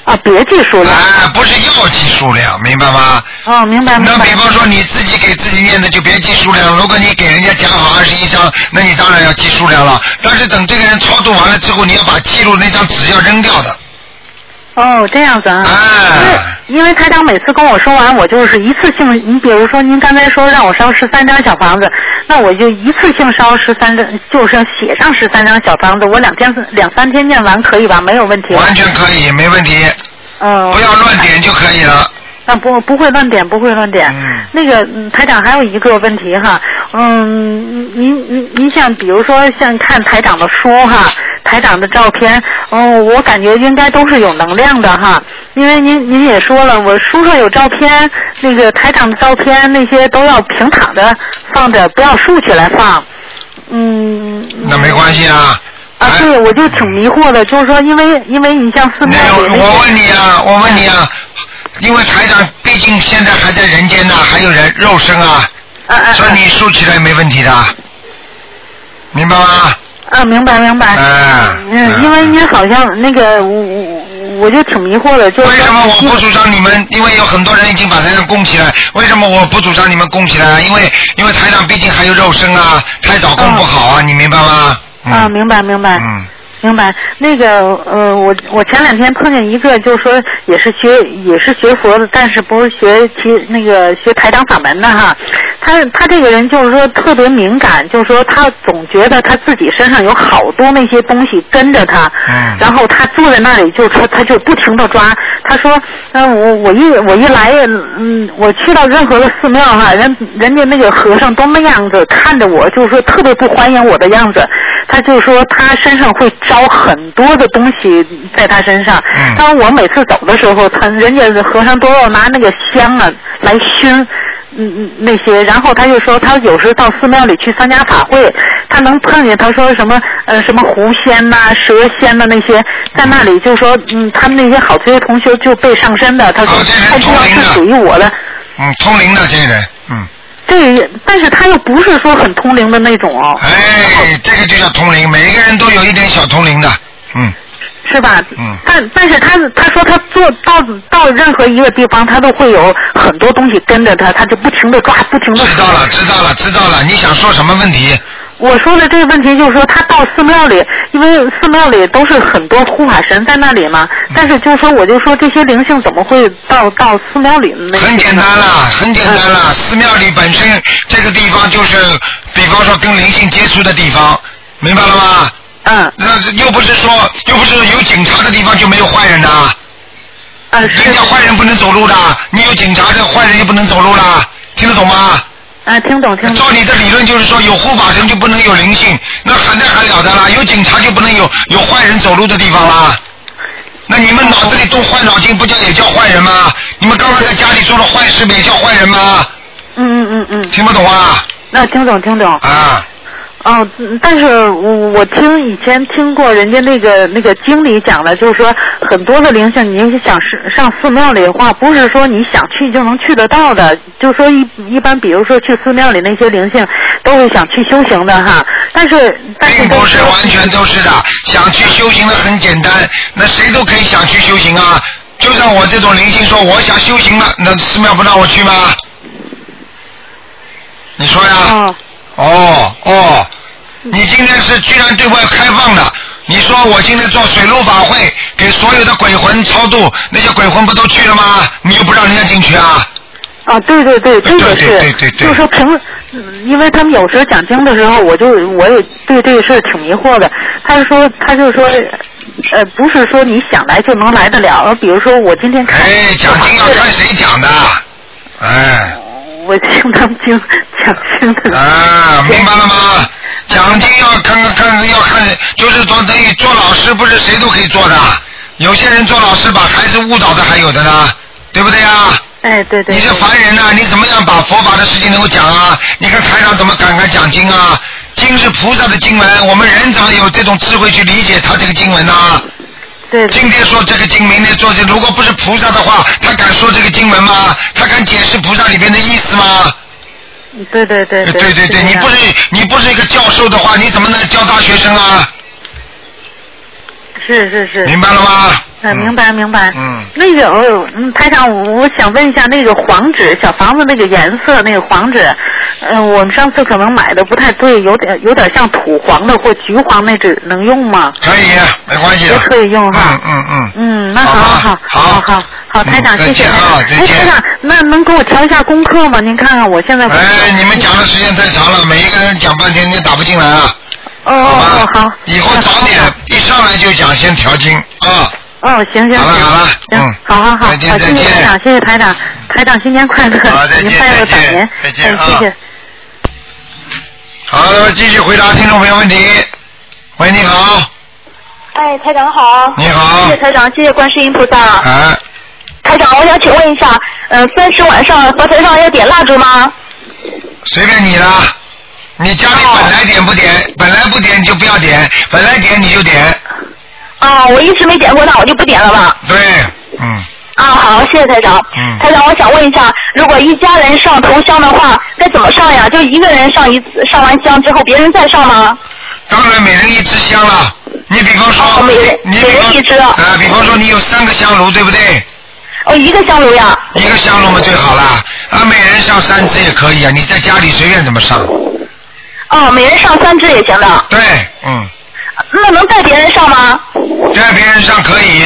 J: 啊，别记数
A: 量。啊，不是要记数量，明白吗？
J: 哦，明白明
A: 那比方说你自己给自己念的就别记数量，如果你给人家讲好二十一章，那你当然要记数量了。但是等这个人操作完了之后，你要把记录那张纸要扔掉的。
J: 哦，这样子啊。
A: 哎
J: 因为因为台长每次跟我说完，我就是一次性，你比如说您刚才说让我烧十三张小房子，那我就一次性烧十三张，就是写上十三张小房子，我两天两三天念完可以吧？没有问题吧。
A: 完全可以，没问题。
J: 嗯。
A: 不要乱点就可以了。
J: 嗯啊，不不会乱点，不会乱点。那个、嗯、台长还有一个问题哈，嗯，您您您像比如说像看台长的书哈，台长的照片，嗯，我感觉应该都是有能量的哈，因为您您也说了，我书上有照片，那个台长的照片那些都要平躺着放着，不要竖起来放。嗯，
A: 那没关系啊。
J: 啊，对，我就挺迷惑的，就是说，因为因为你像寺庙里那
A: 我问你啊，我问你啊，因为台长毕竟现在还在人间呢、还有人肉身啊，所以你竖起来没问题的，明白吗？
J: 啊，明白明白。
A: 嗯
J: 嗯，因为您好像那个，我我我就挺迷惑的，就是
A: 为什么我
J: 说
A: 不主张你们？因为有很多人已经把台长供起来，为什么我不主张你们供起来？啊因为因为台长毕竟还有肉身啊，太早供不好啊，你明白吗？
J: 啊，明白明白。
A: 嗯。
J: 明白，那个呃，我我前两天碰见一个，就是说也是学也是学佛的，但是不是学其那个学台长法门的哈。他他这个人就是说特别敏感，就是说他总觉得他自己身上有好多那些东西跟着他，
A: 嗯
J: 然后他坐在那里就他他就不停的抓，他说，嗯、我我一我一来，嗯，我去到任何的寺庙哈、人人家那个和尚都那样子看着我，就是说特别不欢迎我的样子。他就说他身上会招很多的东西在他身上。
A: 嗯
J: 当我每次走的时候，他人家和尚都要拿那个香啊来熏。嗯嗯，那些，然后他就说，他有时候到寺庙里去参加法会，他能碰见他说什么呃什么狐仙呐、蛇仙呐、那些，在那里就说，嗯，他们那些好些同学就被上身的，他
A: 哦
J: 说、他知道是属于我的，
A: 嗯，通灵的这个人，嗯，
J: 对，但是他又不是说很通灵的那种哦，
A: 哎，这个就叫通灵，每一个人都有一点小通灵的，嗯
J: 是吧？
A: 嗯。
J: 但但是他他说他做到到任何一个地方，他都会有很多东西跟着他，他就不停的抓，不停的。
A: 知道了，知道了，知道了，你想说什么问题？
J: 我说的这个问题就是说，他到寺庙里，因为寺庙里都是很多护法神在那里嘛，
A: 嗯
J: 但是就是说，我就说这些灵性怎么会到到寺庙里呢？
A: 很简单啦，很简单啦。寺庙里本身这个地方就是，比方说跟灵性接触的地方，明白了吗？
J: 嗯。
A: 那又不是说，又不是有警察的地方就没有坏人的。
J: 嗯。
A: 人家坏人不能走路的，你有警察，这坏人就不能走路了，听得懂吗？
J: 啊，听懂听懂。
A: 照你的理论就是说，有护法神就不能有灵性，那还那还了得啦？有警察就不能有有坏人走路的地方啦？那你们脑子里动坏脑筋，不叫也叫坏人吗？你们刚刚在家里做了坏事，不也叫坏人吗？
J: 嗯嗯嗯嗯。
A: 听不懂啊？
J: 那听懂听懂。
A: 啊。
J: 哦，嗯但是我我听以前听过人家那个那个经理讲的，就是说很多的灵性，你想是上寺庙里的话，不是说你想去就能去得到的。就说一一般，比如说去寺庙里那些灵性，都是想去修行的哈。但是但是
A: 并不是完全都是的，想去修行的很简单，那谁都可以想去修行啊。就像我这种灵性说我想修行了，那寺庙不让我去吗？你说呀？
J: 哦嗯
A: 哦你今天是居然对外开放的，你说我今天做水陆法会，给所有的鬼魂超度，那些鬼魂不都去了吗？你又不让人家进去啊？
J: 啊，对对对，这个是，
A: 对对对对
J: 就是说平，嗯因为他们有时候讲经的时候，我就我也对这个事儿挺迷惑的。他是说，他就说，呃，不是说你想来就能来得了。呃比如说我今天看，
A: 哎，讲经要看谁讲的，哎。
J: 我听他们经讲经的。
A: 啊，明白了吗？奖金要看看看要看，就是说等于做老师不是谁都可以做的，有些人做老师把孩子误导的还有的呢，对不对啊？
J: 哎，对
A: 对。你是凡人呐、你怎么样把佛法的事情能够讲啊？你看台上怎么敢敢讲经啊？经是菩萨的经文，我们人怎么有这种智慧去理解他这个经文呢、啊
J: 对。
A: 今天说这个经，明天说这，如果不是菩萨的话，他敢说这个经文吗？他敢解释菩萨里边的意思吗？
J: 对对对
A: 对对对，你不是你不是一个教授的话，你怎么能教大学生啊？
J: 是是是。
A: 明白了吗？
J: 嗯，明白明白。
A: 嗯。
J: 那个，呃嗯，台长，我我想问一下，那个黄纸小房子那个颜色，那个黄纸，嗯、我们上次可能买的不太对，有点有点像土黄的或橘黄那纸，能用吗？
A: 可以，啊没关系
J: 也
A: 的。
J: 可以用哈。
A: 嗯嗯嗯。
J: 嗯，那好好好好好好，台长，谢谢台
A: 啊
J: 长。哎，台长，那能给我调一下功课吗？您看看我现在。
A: 哎，你们讲的时间太长了，每一个人讲半天就打不进来了。
J: 哦哦好。
A: 以后早点，一上来就讲先调经啊。
J: 哦，行行行。
A: 好了嗯
J: 行，好好好，好，
A: 再见
J: 谢谢
A: 再见
J: 台长，谢谢台长，台长新年快乐，
A: 好再见
J: 您快乐
A: 再见啊
J: 百年，
A: 再见
J: 哎谢谢。
A: 好的，继续回答听众朋友问题。喂，你好，
K: 哎，台长好。
A: 你好
K: 谢谢台长，谢谢观世音菩萨。
A: 哎，
K: 台长，我想请问一下，嗯、三十晚上佛台上要点蜡烛吗？
A: 随便你啦。你家
J: 哦
A: 里本来点不点，本来不点你就不要点，本来点你就点。
K: 啊，我一直没点过，那我就不点了吧。
A: 对，
K: 啊，好，谢谢台长。
A: 嗯
K: 台长，我想问一下，如果一家人上头香的话，该怎么上呀？就一个人上一次，上完香之后，别人再上吗？
A: 当然每人一支香了。你比方说，
K: 哦
A: 你比方啊，比方说你有三个香炉，对不对？
K: 哦，一个香炉呀。
A: 一个香炉嘛最好啦，啊，每人上三支也可以啊，你在家里随便怎么上。
K: 哦，每人上三支也行的。
A: 对，嗯。
K: 那能带别人上吗？
A: 带别人上可以，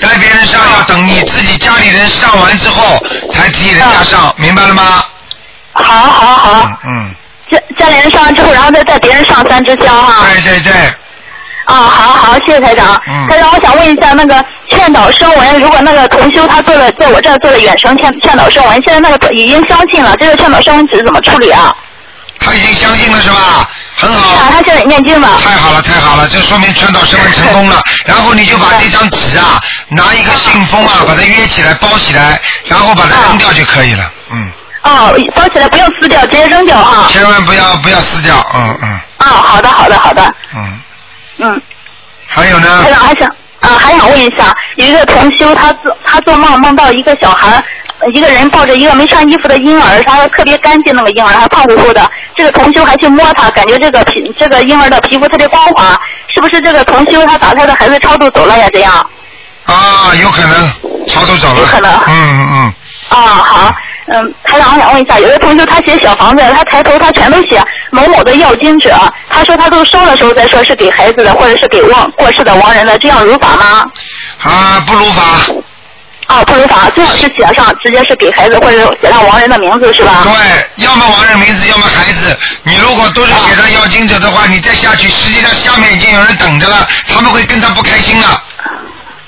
A: 带别人上要等你自己家里人上完之后才替人家上，明白了吗？
K: 啊好好好。
A: 嗯。
K: 家家里人上完之后，然后再带别人上三支香哈。
A: 对对对。
K: 啊，好好，谢谢台长。
A: 嗯
K: 台长，我想问一下，那个劝导声闻，如果那个同修他做了在我这儿做了远程劝劝导声闻，现在那个已经相信了，这个劝导声闻纸怎么处理啊？
A: 他已经相信了是吧？很好。
K: 啊，他现在念经了。
A: 太好了，太好了，这说明传导身份成 功了。然后你就把这张纸啊，拿一个信封啊，把它约起来，包起来，然后把它扔掉就可以了。嗯，
K: 哦，包起来不用撕掉，直接扔掉啊。
A: 千万嗯不要不要撕掉。嗯嗯
K: 啊，好的，好的，好的。
A: 嗯。
K: 嗯。
A: 还有呢？
K: 台长还想啊，还想问一下，有一个同修，他做他做梦梦到一个小孩儿，呃一个人抱着一个没穿衣服的婴儿，他特别干净那个婴儿，还胖乎乎的。这个同修还去摸他，感觉这个皮这个婴儿的皮肤特别光滑，是不是这个同修他打胎的孩子超度走了呀？这样
A: 啊，有可能超度走了。有可能。嗯嗯
K: 啊，好。嗯，台长，我想问一下，有的同修他写小房子，他抬头他全都写某某的要经者，他说他都烧的时候再说是给孩子的，或者是给亡过世的亡人的，这样如法吗？
A: 嗯，啊，不如法。
K: 啊，不如法，最好是写上，直接是给孩子或者写上亡人的名字是吧？
A: 对，要么亡人名字，要么孩子。你如果都是写上要经者的话，你再下去，实际上下面已经有人等着了，他们会跟他不开心了。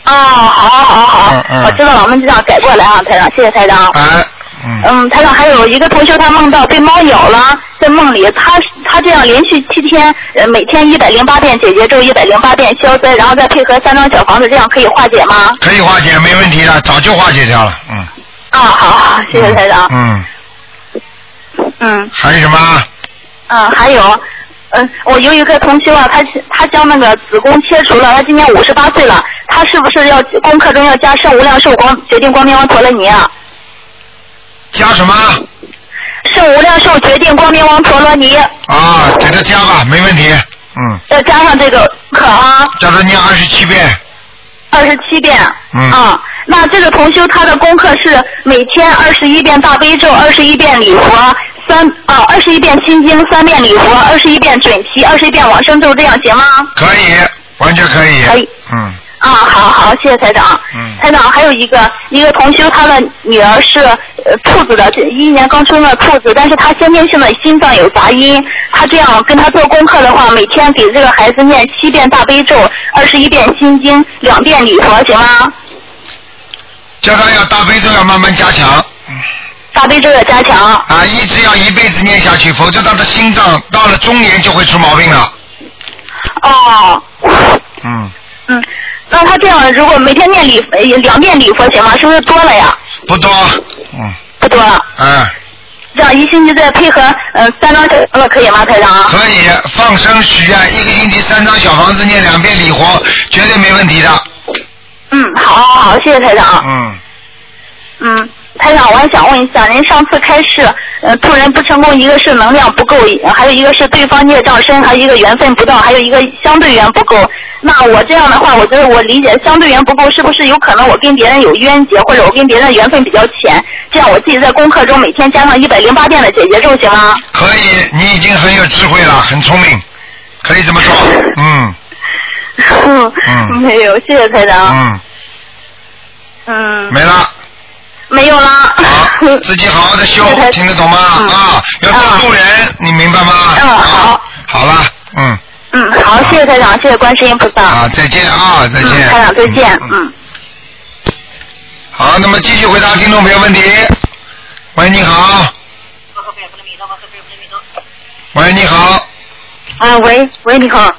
K: 啊，好好好，我知道了，我们就这样改过来啊，台长，谢谢台长。
A: 啊，
K: 嗯，台长还有一个同学，他梦到被猫咬了，在梦里，他他这样连续七天，呃，每天一百零八遍解结咒，一百零八遍消灾，然后再配合三张小房子，这样可以化解吗？
A: 可以化解，没问题的，早就化解掉了。嗯
K: 啊，好，好谢谢台长。
A: 嗯，
K: 嗯
A: 还有什么？
K: 嗯，还有，嗯，我有一个同修啊，他他将那个子宫切除了，他今年五十八岁了，他是不是要功课中要加圣无量寿光决定光明王陀罗尼啊？
A: 加什么？
K: 圣无量寿决定光明王陀罗尼，
A: 啊，给他加吧，没问题。嗯，
K: 要加上这个课啊，
A: 叫他念二十七遍。
K: 二十七遍。
A: 嗯
K: 啊，那这个同修他的功课是每天二十一遍大悲咒，二十一遍礼佛，三啊二十一遍心经，三遍礼佛，二十一遍准提，二十一遍往生咒，这样行吗？
A: 可以，完全可以。
K: 可以。
A: 嗯
K: 啊，好好，谢谢台长。
A: 嗯
K: 台长还有一个一个同修，他的女儿是呃兔子的，这一年刚出生的兔子，但是她先天性的心脏有杂音。她这样跟她做功课的话，每天给这个孩子念七遍大悲咒，二十一遍心经，两遍礼佛，行吗？
A: 叫他要大悲咒要慢慢加强。
K: 大悲咒要加强。
A: 啊，一直要一辈子念下去，否则他的心脏到了中年就会出毛病了。
K: 哦。
A: 嗯。
K: 嗯，那她这样如果每天念礼呃两遍礼佛行吗？是不是多了呀？
A: 不多，嗯，
K: 不多了，
A: 哎，
K: 这样一星期再配合呃三张小房子可以吗，台长？啊
A: 可以放生许愿，一个星期三张小房子念两遍礼佛，绝对没问题的。
K: 嗯，好好好，谢谢台长。
A: 嗯，
K: 嗯，台长，我还想问一下，您上次开示，呃，渡人不成功，一个是能量不够，呃还有一个是对方孽障深，还有一个缘分不到，还有一个相对缘不够。那我这样的话，我觉得我理解相对缘不够，是不是有可能我跟别人有冤结，或者我跟别人的缘分比较浅？这样我自己在功课中每天加上一百零八遍的解结咒行 吗？
A: 可以，你已经很有智慧了，很聪明，可以这 么做。嗯嗯
K: 没有，谢谢台长。
A: 嗯，
K: 嗯，
A: 没了，
K: 没有啦。
A: 自己好好的修
K: 谢谢台，嗯
A: 听得懂吗？啊，要做渡人，你明白吗？嗯，好。好了，嗯，
K: 嗯，好，谢谢台长，谢谢观世音菩萨。
A: 啊，再见啊，再
K: 嗯，
A: 见。
K: 台长再见。嗯。
A: 好，那么继续回答听众朋友问题。喂，你好。喂，你好。
K: 啊，喂喂，你好。